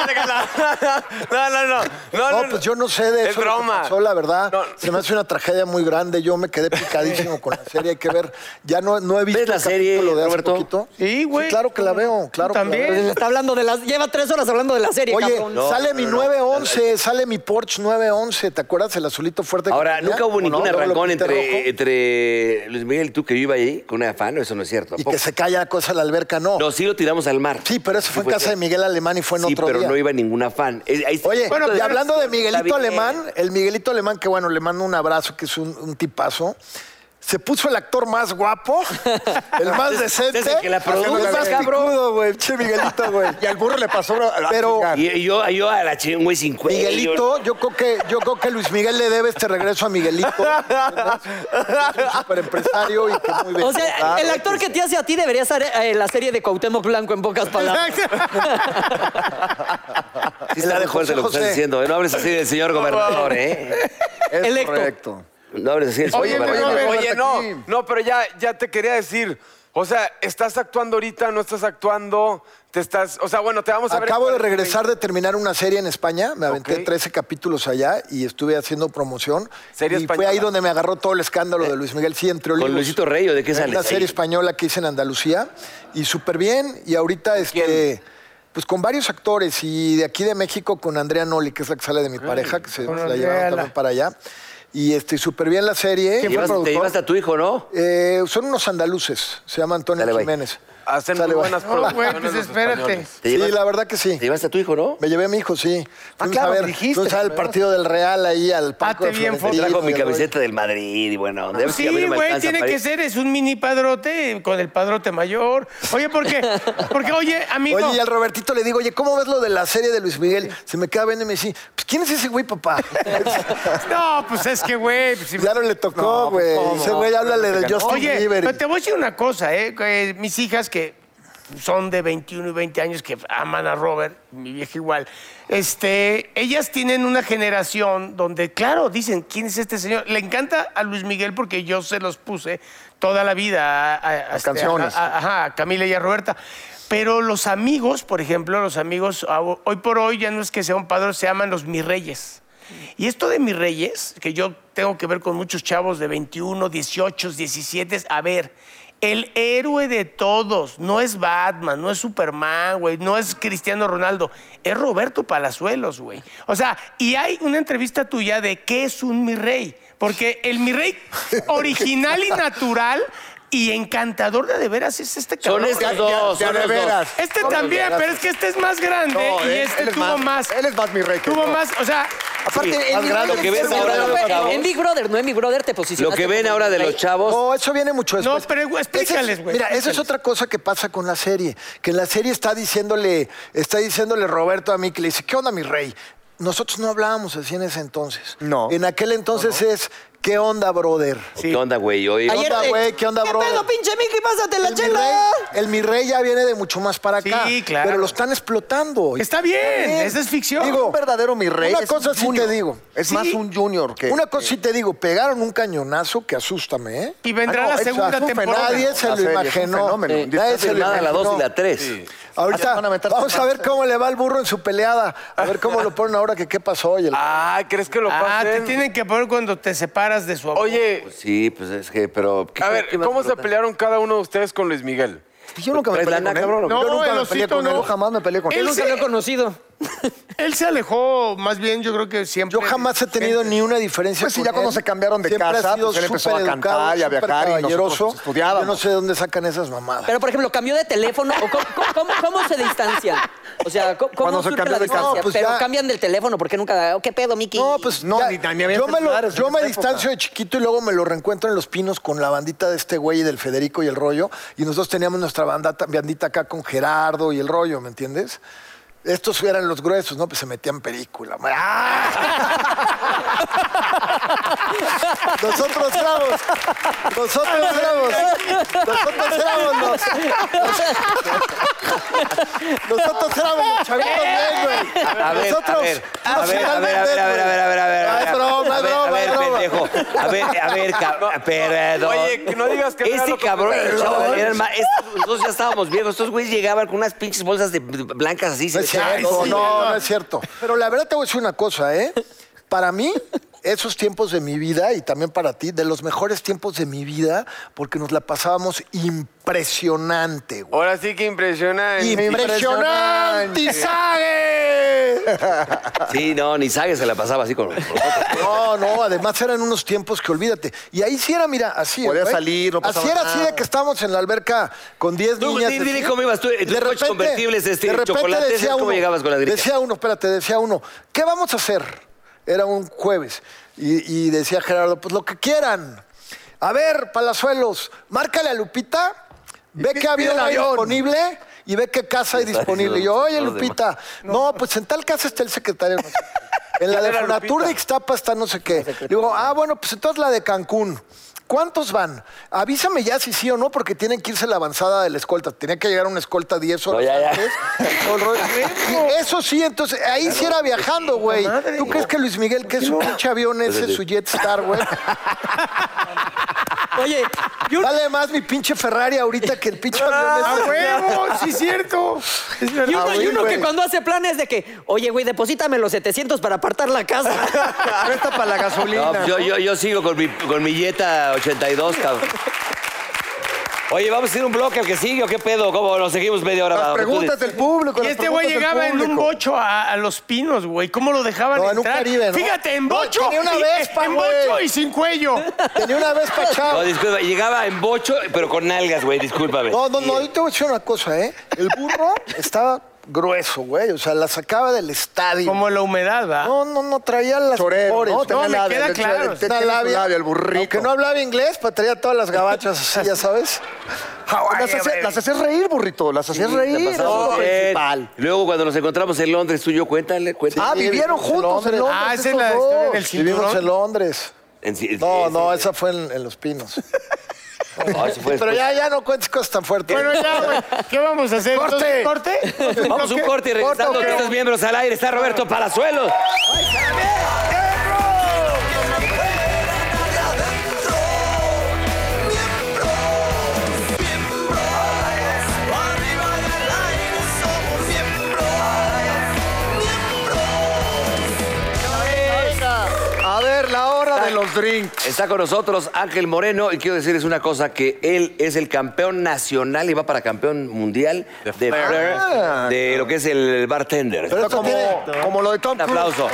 no, no, no. No,
No, pues yo no sé de
Es
eso. lo que
broma.
pasó, la verdad.
No.
Se me hace una tragedia muy grande. Yo me quedé picadísimo con la serie. Hay que ver. Ya no, no he visto
¿Ves la
el
serie,
capítulo de hace
Roberto?
poquito.
Sí, güey.
claro que la veo. Claro que la
También.
veo.
Pues está hablando de las. Lleva tres horas hablando de la serie,
Oye,
cabrón.
sale
no,
mi
no, no.
911, sale mi Porsche 911. ¿Te acuerdas el azulito fuerte? que
Ahora,
tenía?
nunca hubo
¿Cómo no?
ningún
Luego lo
arrancón
pinté
entre, eh,
rojo.
entre Luis Miguel y tú que yo iba ahí con una fan, no, eso no es cierto.
Y
tampoco.
que se calla la cosa en la alberca, no.
No, sí lo tiramos al mar.
Sí, pero eso fue en
pues,
casa de Miguel Alemán y fue en
sí,
otro
pero
día.
no iba ninguna fan. Eh, ahí está-
Oye,
Bueno,
y
pero
hablando de Miguelito
está bien.
Alemán, el Miguelito Alemán, que bueno, le mando un abrazo, que es un, un tipazo. Se puso el actor más
[LAUGHS]
guapo, el más decente.
es el que la produjo,
el más
cabrón.
picudo, güey. Che,
[LAUGHS]
Miguelito, güey. Y al burro le pasó Pero
Y, y yo, y yo a la chingüe güey sin cuello.
Miguelito, yo creo que, yo creo que Luis Miguel le debe este regreso
[LAUGHS]
a Miguelito. ¿entendés? Es un super empresario y que muy bien.
O sea, el actor que te hace a ti debería ser eh, la serie de Cuauhtémoc Blanco en pocas palabras.
Sí está de fuerte lo que
José
estás
José.
diciendo. eh, No hables así
[LAUGHS]
del señor gobernador, ¿eh?
Es
Electo.
correcto.
No hables así del señor
Oye,
gobernador.
no,
Oye,
Roberto,
no,
aquí.
no, pero ya, ya te quería decir. O sea, estás actuando ahorita, no estás actuando, te estás. O sea, bueno, te vamos a ver.
Acabo de regresar de terminar una serie en España, me aventé
Ok.
13 capítulos allá y estuve haciendo promoción.
Serie
y fue
española.
ahí donde me agarró todo el escándalo de Luis Miguel, sí, entre olivos.
Luisito Rey o de qué
Era
sales
Una
ahí?
serie española que hice en Andalucía y súper bien. Y ahorita, este, pues con varios actores y de aquí de México con Andrea Noli, que es la que sale de mi pareja, que se,
Con
se la
Andrea,
llevaron
la-
también para allá. Y este, súper bien la serie.
Te llevas- te llevaste a tu hijo, ¿no?
Eh, son unos andaluces, se llama Antonio
Sale, bye.
Jiménez.
Hacen
Sale,
muy
bye.
buenas
No,
producciones.
güey, pues
los
espérate.
españoles.
¿Te
Sí,
llevas-
la verdad que sí.
Te llevaste a tu hijo, ¿no?
Me llevé a mi hijo, sí. Fuimos
Ah, claro,
a ver,
dijiste,
fuimos a ver el
¿verdad?
partido del Real ahí al Paco
Hazte
de
bien,
Florentino,
Trajo mi
y el rollo.
camiseta del Madrid y bueno. a ver si pues a
Ah, Sí,
mí no me
güey,
alcanza
tiene
para
que
ir.
ser, es un mini padrote con el padrote mayor. Oye, ¿por
[LAUGHS]
qué? Porque, oye, amigo.
Oye, y al Robertito le digo, oye, ¿cómo ves lo de la serie de Luis Miguel? Se me queda viendo y me dice, pues, ¿quién es ese
[LAUGHS]
güey, papá?
No, pues es que, güey.
[LAUGHS]
pues, si-
ya no le tocó,
pues,
güey. ese güey, háblale del Justin
Oye,
Bieber.
pero te voy a decir una cosa, ¿eh? Que Mis hijas que son de 21 y 20 años que aman a Robert, mi vieja igual. Este, ellas tienen una generación donde, claro, dicen, ¿quién es este señor? Le encanta a Luis Miguel porque yo se los puse toda la vida a, a- a- este,
canciones.
a- a- ajá, a Camila y a Roberta. Pero los amigos, por ejemplo, los amigos, ah, hoy por hoy ya no es que sea un padre, se llaman los mis reyes. Y esto de mis reyes, que yo tengo que ver con muchos chavos de 21, 18, 17, a ver, el héroe de todos no es Batman, no es Superman, güey, no es Cristiano Ronaldo, es Roberto Palazuelos, güey. O sea, y hay una
[LAUGHS]
entrevista tuya de qué es un mi rey, porque el mi rey original y natural y encantador de de veras es este cabrón.
Son estos dos.
de
son los
veras.
dos.
Este también, pero es que este es más grande
No,
y
él-
este
él es
tuvo
más-
más.
él es más mi rey que
Tuvo
yo.
más, o sea,
Aparte,
Sí,
en
más
mi-
grande
en
que
mi-
ves
en mi-
ahora
en mi-
de los
en mi-
chavos.
en Big Brother, no en Big Brother te
Lo
posicionaste.
que ven
como
ahora de
rey.
los chavos.
No, Oh, eso viene mucho después.
No, pero, güey,
Ese es-
explícales, güey,
Mira, esa es
explícales.
otra cosa que pasa con la serie. Que en la serie está diciéndole, está diciéndole Roberto a mí que le dice, ¿qué onda, mi rey? Nosotros no hablábamos así en ese entonces.
No.
En aquel entonces es, ¿qué onda, brother?
¿Qué onda, güey? Oye,
¿Qué onda,
te-
güey? ¿Qué onda, brother?
pedo, pinche Mickey? Pásate la
El mi, rey,
chela.
el mi rey ya viene de mucho más para
Sí,
acá.
claro.
Pero lo están explotando.
Está bien, esa es ficción.
Digo,
un verdadero mi rey.
Una
es un
cosa sí te
junior.
digo.
Es más un junior que.
Una cosa sí te digo, pegaron un cañonazo que asústame, ¿eh?
Y vendrá la segunda
es un
temporada.
fenómeno. Nadie se
La
lo
serie es un
imaginó.
fenómeno.
Nadie
Está
se lo
nada, la dos y
imaginó.
la tres.
Ahorita
Van a meter
vamos a
semana.
ver cómo le va al burro en su peleada. A
[LAUGHS]
ver cómo lo ponen ahora que qué pasó. Oye,
Ah, ¿crees que lo
ah,
pasen?
te tienen que poner cuando te separas de su abuelo.
Oye,
Sí, pues es que, pero. ¿qué-
a ver,
qué más
¿cómo se
preguntas?
pelearon cada uno de ustedes con Luis Miguel?
Yo nunca me
Pues
¿Traes
peleé
lana,
con él.
cabrón, o qué?
Yo
No,
nunca
el
me
osito
peleé con él.
no.
Yo jamás me peleé con
Él
él.
se-
Nunca lo he conocido.
Él se alejó, más bien yo creo que siempre.
Yo jamás he tenido ni una diferencia.
Pues sí,
con
ya cuando
él.
se cambiaron de
Siempre ha
casa,
sido
pues él empezó a
súper
cantar
educado,
y a
súper
viajar y
caballeroso.
nosotros estudiábamos.
Yo no sé de dónde sacan esas mamadas.
Pero, por ejemplo, cambió de teléfono. ¿o cómo, cómo- cómo- cómo se distancian? O sea, ¿cómo, cómo
Cuando se
surge
cambió
la
de casa.
distancia?
No, pues
Pero
ya-
cambian del teléfono. ¿Por qué nunca? "Oh, ¿Qué pedo, Mickey?
No, pues
No,
ya-
ni- ni había
yo me, lo-
celulares en
yo me
esa
distancio
época.
de chiquito y luego me lo reencuentro en Los Pinos con la bandita de este güey y del Federico y el rollo. Y nosotros teníamos nuestra bandata, bandita acá con Gerardo y el rollo, ¿me entiendes? Estos eran los gruesos, ¿no? Pues se metían película. ¡Ah! Nosotros éramos, nosotros éramos, nosotros éramos los, nosotros éramos los chavitos bien, güey.
A ver,
nosotros,
a ver, a
unos
ver, a ver, a ver, a ver, a ver, a ver, a ver.
Ah, es broma,
a
es
ver,
broma,
a ver,
es broma.
pendejo. A ver, a ver, cabrón. Perdón.
Oye, que no digas que no era
Este
lo que-
cabrón, el chavo,
Perdón.
eran más- estos- Nosotros ya estábamos viejos. Estos güeyes llegaban con unas pinches bolsas de blancas así.
No
se
es
echaban
cierto,
todo.
no, no es cierto. Pero la verdad te voy a decir una cosa, ¿eh? Para mí, esos tiempos de mi vida y también para ti, de los mejores tiempos de mi vida, porque nos la pasábamos impresionante, güey.
Ahora sí que impresionante.
¡Impresionante, Sague!
Sí, no, ni Sague se la pasaba así con.
No, no, además eran unos tiempos que olvídate. Y ahí sí era, mira, así.
Podía
güey.
salir, no pasaba
Así era,
nada.
así de que estábamos en la alberca con 10
Tú,
niñas.
pues, di-
así.
dile cómo ibas tú, en tus coches convertibles, este, chocolates, ¿cómo llegabas con las gringas?
Decía uno, espérate, decía uno, ¿qué vamos a hacer? Era un jueves. Y, y decía Gerardo, pues lo que quieran. A ver, Palazuelos, márcale a Lupita, ve
pi-
qué avión
pide el
hay
avión.
disponible y ve qué casa hay
Está
disponible. Y yo, oye,
diciendo los
Lupita, no, pues en tal casa está el secretario. En la de
era
Fonatur
Lupita?
de Ixtapa está no sé qué. Digo, ah, bueno, pues entonces la de Cancún. ¿Cuántos van? Avísame ya si sí o no, porque tienen que irse la avanzada de la escolta. Tenía que llegar una escolta 10 horas
No, ya, ya.
antes. Con ro- Y eso sí, entonces, ahí sí era viajando, güey. ¿Tú crees que Luis Miguel, que es un pinche avión ese, su Jetstar, güey?
Oye, y un-
Vale más mi pinche Ferrari ahorita que el pinche
¡A
avión ese.
huevo! ¡Sí, es cierto! Es verdad.
y uno, y
güey,
uno que
güey.
cuando hace planes de que, oye, güey, deposítame los 700 para apartar la casa.
[LAUGHS]
Presta para la gasolina.
No, yo, yo, yo sigo con mi, con mi Jetta 82, cabrón. Oye, vamos a ir un bloque al que sigue o qué pedo, cómo nos seguimos media hora.
Las
Bado? Tú
preguntas
dices-
del público.
Y
las
este güey
preguntas del
llegaba en un
público.
bocho a, a los pinos, güey. ¿Cómo lo dejaban
No, en un
entrar?
Caribe, ¿no?
Fíjate, en
No,
bocho.
tenía una
y-
Vespa,
en
güey.
bocho y sin cuello.
Tenía una vez
No,
pachado.
disculpa, llegaba en bocho, pero con nalgas, güey, discúlpame.
No, no,
Eh,
no, yo te voy a decir una cosa, ¿eh? El
[LAUGHS]
burro estaba grueso, güey. O sea, la sacaba del estadio.
Como la humedad, ¿va?
No, no, no, traía las
Chorero,
flores,
¿no?
¿no?
Tenía
me
labia,
queda
le-
claro.
le- tenía su labia, el burrito.
Que no hablaba inglés, pero traía todas las gabachas así, ya sabes.
Las hacías, las hacías reír, burrito. Las hacías reír. eso
La
es lo
pasamos bien.
principal.
eh, Luego, cuando nos encontramos en Londres, tú y yo, cuéntale, cuéntale.
Ah, vivieron
vivimos en
juntos en
Londres.
Londres.
Ah, esa es
esos
la
dos.
historia del
Vivimos en
cinturón.
Londres.
En sí-
No,
sí,
no,
sí.
esa fue en, en Los
[LAUGHS]
Pinos.
No, eso fue
Pero
después.
ya, ya no cuentes cosas tan fuertes.
Bueno, ya, güey. ¿Qué vamos a hacer?
¡Corte!
Entonces, ¿Corte?
Vamos a un corte y regresando
¿Corte o qué?
estos miembros al aire. Está Roberto Palazuelos.
Arriba y al aire somos miembros. Miembros.
A ver, la hora
de los drinks. Está con nosotros Ángel Moreno y quiero decirles una cosa, que él es el campeón nacional y va para campeón mundial de flair, de lo que es el bartender.
Ah. Pero esto
Un
tiene, como lo de Tom Cruise.
aplauso.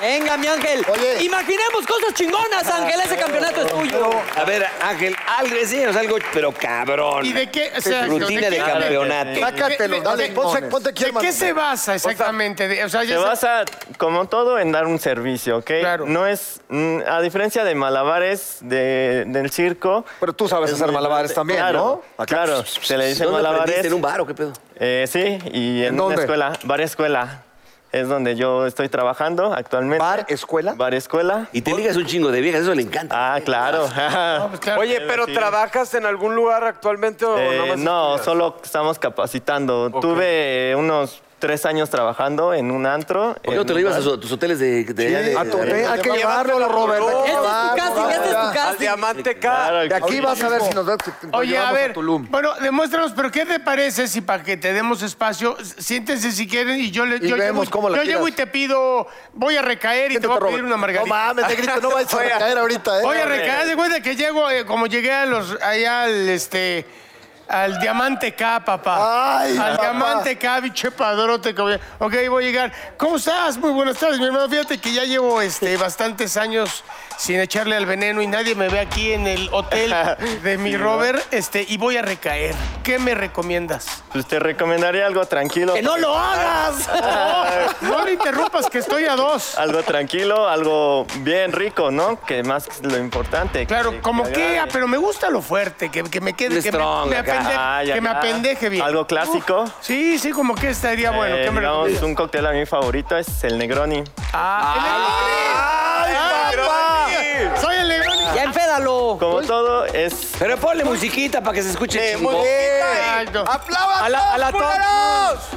Venga, mi Ángel.
Oye.
Imaginemos cosas chingonas, Ángel. Ese campeonato es tuyo.
A ver, Ángel, algo, enséñanos algo, pero cabrón.
¿Y de qué? O sea,
Rutina de
qué-
campeonato.
Sácatelo, dale, ponte, ponte aquí
¿De
al
qué
mando.
se basa exactamente? De- O sea, ya
Te
sé-
vas a, como todo, en dar un servicio, ¿ok?
Claro.
No es, mm, a diferencia de malabares de- del circo.
Pero tú sabes
es
hacer
muy
malabares
diferente.
también,
Claro,
¿no? Acá.
Claro, se le dice
¿Dónde
malabares.
aprendiste? ¿En un bar o qué pedo?
Eh, sí, y en,
dónde?
una escuela, bar escuela. Es donde yo estoy trabajando actualmente.
¿Bar escuela?
Bar escuela.
Y te ligas un chingo de viejas, eso le encanta.
Ah, claro.
Ah,
[LAUGHS]
No, pues claro.
Oye, pero
sí.
¿trabajas en algún lugar actualmente o
Eh,
nada más
no,
estudias?
solo estamos
Ah,
capacitando. Tuve eh, unos tres años trabajando en un antro.
¿Por qué no
en
te lo
un
llevas
bar.
a, su- tus hoteles de... de- de-
A tu hotel, hay que
Llévatelo,
llevarlo, Robert. hay que
Robert.
Este es tu
llevarlo.
casting, este es tu
Al
casting.
diamante K.
Claro,
De aquí
oye,
vas a ver si nos da. si nos
Oye, a
llevamos
ver,
Tulum.
bueno, demuéstranos, pero ¿qué te parece si para que te demos espacio, s- siéntense si quieren y yo le
Y
yo
vemos
llevo,
cómo la
yo
tiras.
llevo y te pido, voy a recaer y te voy a
Siéntate, Robert.
pedir una
No
Ah,
margarita.
mames, te grito, no vayas a caer ahorita, ¿eh?
voy a recaer, haz de cuenta que llego, eh, como llegué a los, allá al, este, al Diamante K, papá.
Ay,
al
papá.
Diamante K, biche padrote. que voy a- Ok, voy a llegar. ¿Cómo estás? Muy buenas tardes, mi hermano. Fíjate que ya llevo,
[LAUGHS]
este, bastantes años sin echarle al veneno y nadie me ve aquí en el
[LAUGHS]
hotel de mi Robert, este, y voy a recaer. ¿Qué me recomiendas?
Pues te recomendaría algo tranquilo.
¡Que no lo hagas!
[LAUGHS]
No me interrumpas, que estoy a dos.
Algo tranquilo, algo bien rico, ¿no? Que más es lo importante.
Claro,
que-
como que,
agrade.
ah, pero me gusta lo fuerte, que, que me quede,
Un
que me,
strong
me
acá.
apende-
Ah, ya,
que me
ya.
apendeje bien.
Algo clásico.
Uf, sí, sí, como que estaría bueno.
Eh,
¿Qué me
digamos,
recomiendas?
un cóctel a mi favorito es el Negroni.
¡Ah, el Negroni! ¡Soy el Negroni!
¡Ya enfédalo!
Como todo, es
Pero ponle musiquita para que se escuche chingón.
Exacto.
¡Aplaudan
A la- a la
todos,
Tom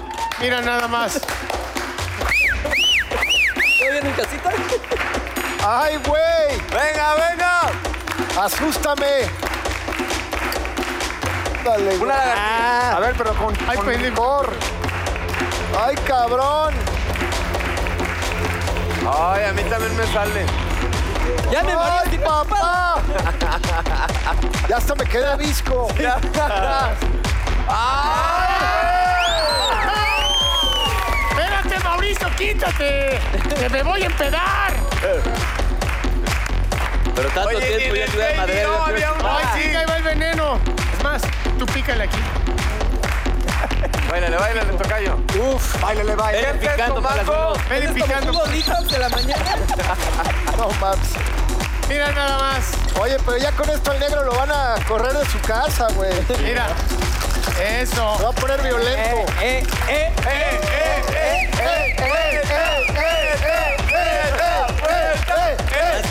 culeros!
Mira nada más.
¿Estoy bien en casita?
¡Ay, güey!
¡Venga, venga!
¡Asústame! Dale, güey.
A ver, pero con.
Ay, pendejo.
Por. ¡Ay, cabrón!
Ay, a mí también me sale.
¡Ya me mareé!
¡Ay, papá! Ya hasta me queda visco.
¡Espérate, Mauricio, quítate! ¡Que me voy a empedar!
Pero tanto
Oye,
tiempo
y
ya
en
te voy a
el baby no
madrear, ya te voy a-
había un-
¡Ay, sí, ahí va el veneno! Es más, tú pícale aquí.
Báilale, báilale, tocayo.
Uf, bailale, baile.
Ven picando para las manos.
Ven picando.
bonitas de la mañana!
No mames.
Mira nada más.
Oye, pero ya con esto el negro lo van a correr de su casa, güey. Se
Mira. Eso.
va a poner violento.
¡Eh, eh!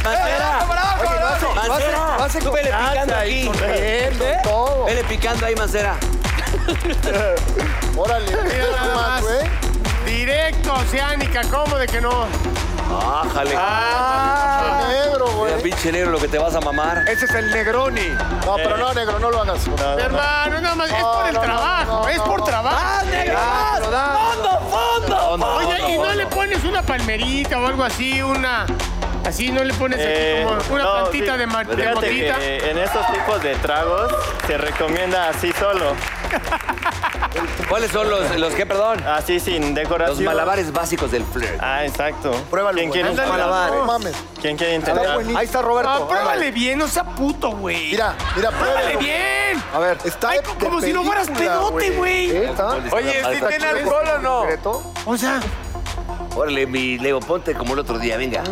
¡Mancera!
Oye, lo hace, lo hace, lo hace
Tú
con
vele picando aquí.
con todo.
Vele picando ahí, Mancera.
Órale,
Mira nada más.
más, güey.
Directo, Oceánica, ¿cómo de que no?
¡Ájale!
Ah,
Negro,
Mira,
güey.
pinche negro, lo que te vas a mamar.
Ese es el Negroni.
No, pero no, negro, no lo hagas.
Hermano, nada más. Es
No,
por el
no, no,
trabajo,
no,
es
no,
por
no.
trabajo.
Pero da-
Oye, ¿y no le pones una palmerita o algo así? Una. Así no le pones
Eh,
aquí como una
no,
plantita
sí.
de, ma- de
Fíjate
motita.
que Eh, en estos tipos de tragos se recomienda así solo,
¿Cuáles son los, los qué, perdón?
Ah,
así sin
Los
decoración.
malabares básicos del flirt.
Ah, exacto.
Pruébalo,
¿Quién
güey.
quiere
Ándale,
intentar?
No mames.
¿Quién quiere
Está
intentar?
buenísimo.
Ahí está Roberto.
Ah, pruébale bien, no sea puto, güey.
Mira, mira,
¡Pruébale
pruébalo.
bien!
A ver, está
Ay,
de-
co-
de
como si no fueras
película,
pedote, güey.
¿Eh? ¿Está?
Oye, ¿sí
Está
tiene alcohol o no?
Secreto.
O sea,
Órale, mi Leo, ponte como el otro día, venga.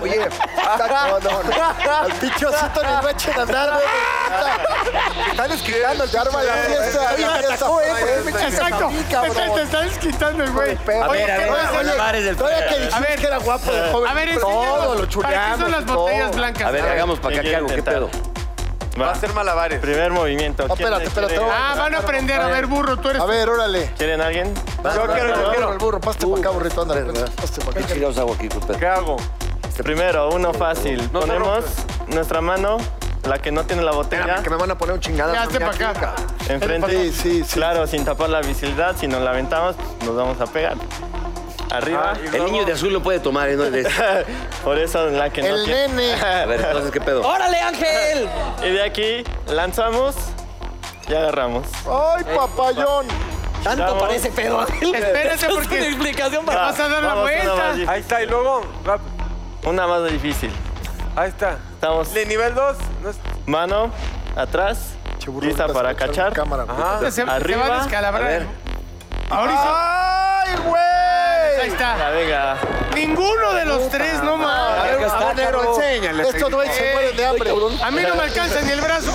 Oye, está- [LAUGHS] no, no, no. Al pinche osito ni lo echen a andar, güey.
Están esquivando el arma
Arma la fiesta. pues,
Oye,
la
me
fiesta.
atacó, eh. por eso me chingas a
exacto.
mí,
Te,
cabrón.
te- te estás quitando el güey.
A
Oye,
ver, a
¿qué
ver,
vas a
a ver.
hacer?
Malabares del
Todavía que
flair.
dijiste
A ver.
que era guapo de joven.
A ver,
todo lo
enséñanos. ¿Para qué
chuleamos.
son las
todo.
botellas blancas?
A ver, hagamos para acá,
¿Quién
¿qué hago? ¿Qué
quiere
pedo?
Va
Va.
a ser malabares.
Primer movimiento.
No,
¿Quién
espérate, espérate.
quiere-
Ah, van a aprender. A ver, burro, tú eres...
A ver, órale.
¿Quieren alguien?
Yo
quiero, yo quiero.
El burro, paste para acá, burrito, ándale. Paste para
¿Qué
acá.
chingados hago aquí, con pedo?
¿Qué hago?
Primero, uno fácil.
No te
Ponemos nuestra mano, la que no tiene la botella,
Espérame, que me van a poner un chingado.
Ya, hazte para acá.
enfrente.
Sí, sí, sí.
pues, Claro, sin tapar la visibilidad, si nos la aventamos, nos vamos a pegar.
arriba.
Ah.
El niño de azul lo puede tomar, ¿eh? ¿no? De-
Por eso la que no
El
quiere.
nene.
[LAUGHS] A ver, entonces, ¿qué pedo?
¡Órale, Ángel!
Y de aquí lanzamos y agarramos.
¡Ay, papayón!
Tanto
Vamos.
parece pedo,
[LAUGHS]
Ángel.
Espérate,
Es
porque-
una [LAUGHS] explicación para...
Vas a dar la
Vamos,
vuelta.
Una más, dif-
Ahí está, y luego, rap-
una más difícil.
ahí está.
Estamos
De nivel 2,
mano atrás,
Cheburro,
lista
ahorita
para
se va a echar
cachar.
la Cámara, güey.
Ah,
Se, se va
Arriba.
a descalabrar.
A ver.
Ahora hizo-
¡Ay, güey!
Ahí está.
Ya, venga.
Ninguno de los tres, no
A
mames.
ver, habanero, enséñale. Estos güeyes se mueren de hambre.
A mí no me alcanza ni el brazo.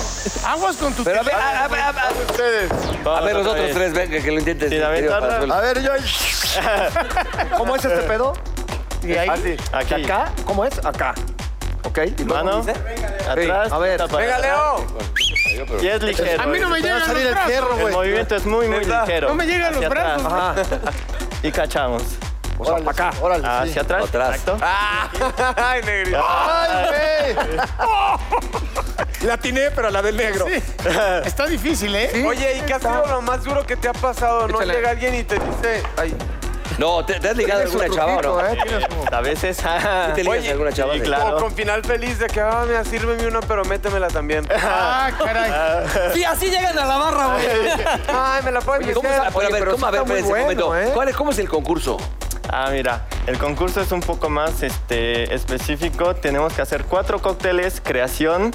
Aguas con tu
Pero a ver, a, a- a- a-
Ustedes.
a
Vamos
ver, los
otra
otros
vez.
tres, venga, que lo intentes.
Sin aventarla.
Querido
A
Pazuelo.
ver, yo...
¿Cómo es este pedo?
Así.
Aquí.
¿Acá? ¿Cómo es? Acá. ¿Ok? ¿Y luego
Mano
dice?
atrás,
Sí, a ver.
lista para
venga,
cachar.
Leo.
Y es ligero.
A mí no me
Te va a
llegan
salir
los
el
brazos.
fierro,
El
güey.
movimiento es muy, muy ligero.
No me llegan los
Hacia atrás.
brazos.
Y cachamos.
O sea, acá.
Órale, sí.
Hacia atrás.
Atrás.
Exacto.
Ay, negrito.
¡Ay,
[LAUGHS]
güey!
Está difícil, ¿eh?
Oye, ¿y qué ha sido lo más duro que te ha pasado? No llega alguien y te dice, ay,
No, ¿te, te has ligado a alguna chava o no?
¿eh? Tienes como-
A veces. [LAUGHS]
¿Sí te ligas a alguna chava?
sí, claro.
o con final feliz de que, ah, mira, sírveme una, pero métemela
[LAUGHS]
también.
Ah, caray.
Sí, así llegan a la barra, güey.
Ay, me la puedes
¿Cómo es,
meter.
pero a ver, ¿cómo, a ver, espérense un momento.
¿eh?
¿Cuál es, ¿Cómo es el concurso?
Ah, mira, el concurso es un poco más este, específico. Tenemos que hacer cuatro cócteles creación,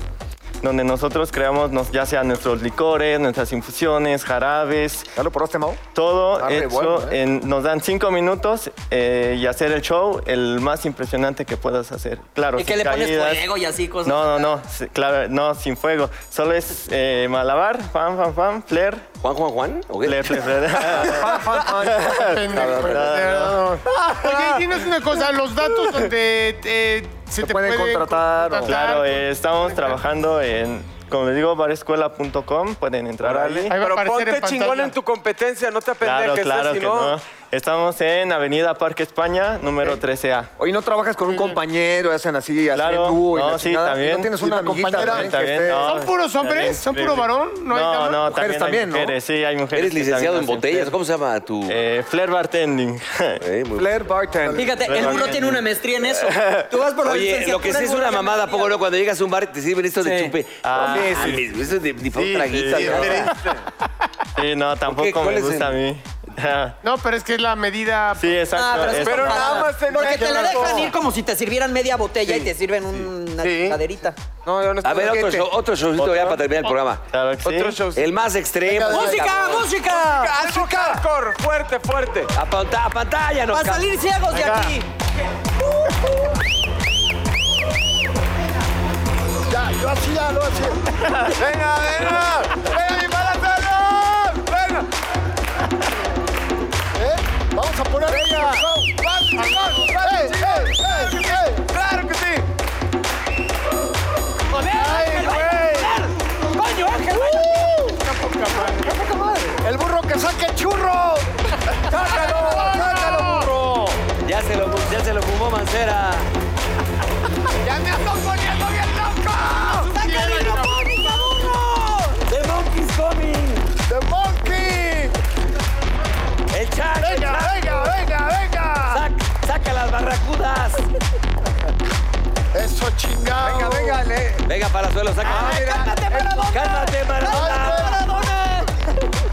donde nosotros creamos nos- ya sea nuestros licores, nuestras infusiones, jarabes,
¿Ya lo probaste, Mau?
todo
Arre,
hecho
bueno, ¿eh?
en- nos dan cinco minutos eh, y hacer el show el más impresionante que puedas hacer. Claro,
Y que
sin
le pones
caídas.
fuego y así cosas.
No, no, no, sí, claro, no, sin fuego. Solo es eh, malabar, pam, pam, pam, flair,
¿Juan, Juan, Juan? ¿O qué?
flair, flair,
[LAUGHS]
flair.
Pendejo. Oye, y tienes una cosa, los datos donde eh, se
Te
te,
pueden contratar o-
Claro,
eh.
[LAUGHS] eh, estamos trabajando en, como les digo, barescuela.com, pueden entrar ahí.
Ahí va a
Pero
aparecer
ponte
en pantalla.
chingón en tu competencia, no te
Claro,
apendejes, ¿eh?
claro
si
que
no.
no. Estamos en Avenida Parque España, número 13A.
Oye, ¿no trabajas con un compañero? Hacen así, hacen
Claro,
tú. y
no,
la
sí,
chingada?
también.
¿No tienes
Sí,
una
una
amiguita
compañera,
también que
también,
esté-
no.
¿Son puros hombres?
Está
¿Son
bien,
puro
está bien.
varón? ¿No hay
no,
dama?
no,
Mujeres
también,
también,
hay
¿no?
mujeres, sí, hay mujeres.
Eres
que
licenciado en
también hacen
botellas. ¿Cómo se llama tu...?
flair. Eh, flair bartending.
[LAUGHS] Eh, muy-
Flair Bartender.
Fíjate, el burro tiene una maestría en eso. Tú vas por la
Oye, lo
licenciatura,
que sí
el
es
burro
una
ya
mamada, ¿a
maestría.
poco no? Cuando llegas a un bar, te sirven esto de
Sí.
chupe.
Ah,
No mames, Eso es de ni para un
Sí,
traguito,
sí,
¿no? [LAUGHS]
Sí, no, tampoco
cuál
me
es
gusta a mí.
No, pero es que es la medida.
sí,
Ah,
exacto.
pero, es
es-
Pero
comparada.
nada más se
Porque
me
te la
quedó.
dejan ir como si te sirvieran media botella y te sirven una
Sí.
caderita.
No, yo no
A
estoy-
ver, otro, show, otro showcito ya para terminar el programa.
Claro que sí.
Otro show.
El más extremo.
¡Música, música!
Algo hardcore, fuerte, fuerte.
A, panta- a pantalla, no
¡Para salir ciegos de aquí!
Ya, yo hacía, lo
[LAUGHS]
hacía.
Venga, venga. Venga, dispárate, no. Venga.
¿Eh? Vamos a poner... ¡Venga!
Claro que sí.
¡El burro que saque churro!
Sácalo, sácalo, burro.
Ya se lo, ya se lo fumó Mancera.
¡Ya me ando poniendo bien loco!
¡The Monkey's Coming!
¡The Monkey!
¡El Chac! el
¡Venga,
Chac.
venga, venga, venga!
Sac- ¡Saca las barracudas!
¡Eso chingado!
Venga, venga, le-
Venga, Palazuelo, saca. ¡Cántate, Maradona! ¡Cántate, Maradona!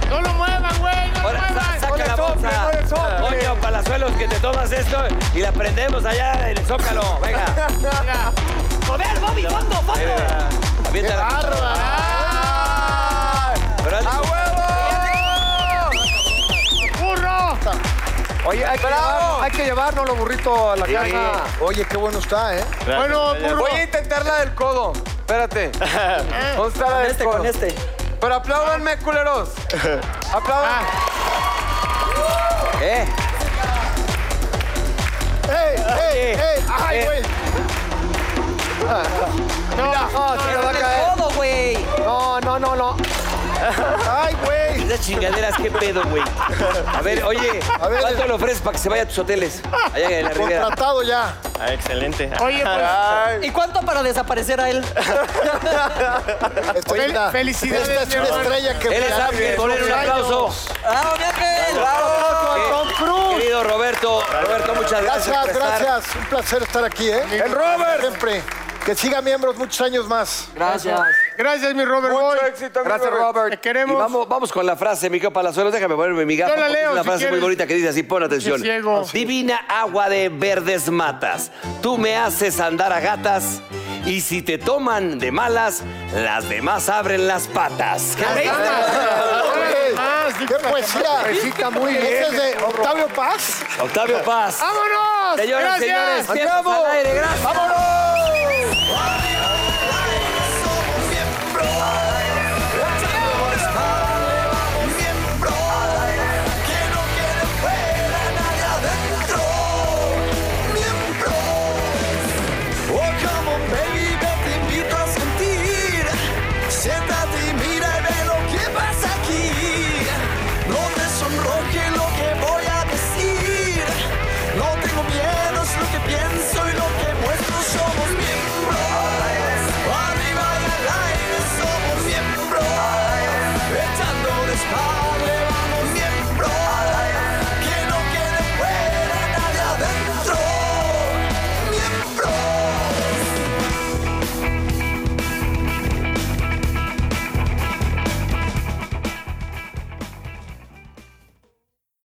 ¡No lo muevan, güey! ¡No lo
Ahora, sa-
muevan!
saca la bolsa. Coño, Palazuelos, que te tomas esto y la prendemos allá en el Zócalo. Venga. ¡Joder, Bobby, fondo, fondo! Avienta ¡A
Oye, hay que, llevar, hay que llevarnos los burritos a la casa.
Oye, qué bueno está, ¿eh?
Bueno, burro.
Voy a intentar la del codo. Espérate. ¿Dónde está la del
Este
codo?
con este.
Pero apláudanme, culeros. Aplaudan.
Ah, ¿Eh?
¡Ey, ey, ey! ¡Ay,
Eh.
güey!
No, se le va a caer.
Todo, güey.
No, no, no, no.
¡Ay, güey!
Esas chingaderas, qué pedo, güey. A ver, oye,
ver.
¿cuánto le ofreces para que se vaya a tus hoteles? Allá en la Riviera.
Contratado ya.
Ah, excelente.
Oye, pues,
¿Y cuánto para desaparecer a él?
Estoy
Fel-
una-
felicidades,
Esta es
mi
una
amor.
estrella que...
Él es Ángel, ponle un aplauso.
Ah, ¡Bravo, mi Ángel!
Querido Roberto, Roberto Muchas gracias.
Gracias,
por estar.
gracias. Un placer estar aquí, ¿eh? El Robert. Siempre. Que siga miembros muchos años más.
Gracias.
Gracias, mi Robert
Mucho
Boy.
éxito, mi
Gracias, Robert.
Te queremos.
Y vamos, vamos con la frase, mi Palazuelos. Déjame ponerme mi gato.
Yo la
porque
leo,
Es una
si
frase muy
quieres.
bonita que dice así, pon atención.
Pinche ciego.
Divina agua de verdes matas, tú me haces andar a gatas y si te toman de malas, las demás abren las patas. ¡Qué
Órale,
más,
¡Qué poesía! Recita muy bien. ¿Ese es de Octavio Paz?
Octavio Paz.
¡Vámonos!
Señoras,
Gracias.
señores, tiempo al aire. Gracias.
¡Vámonos!
Oh,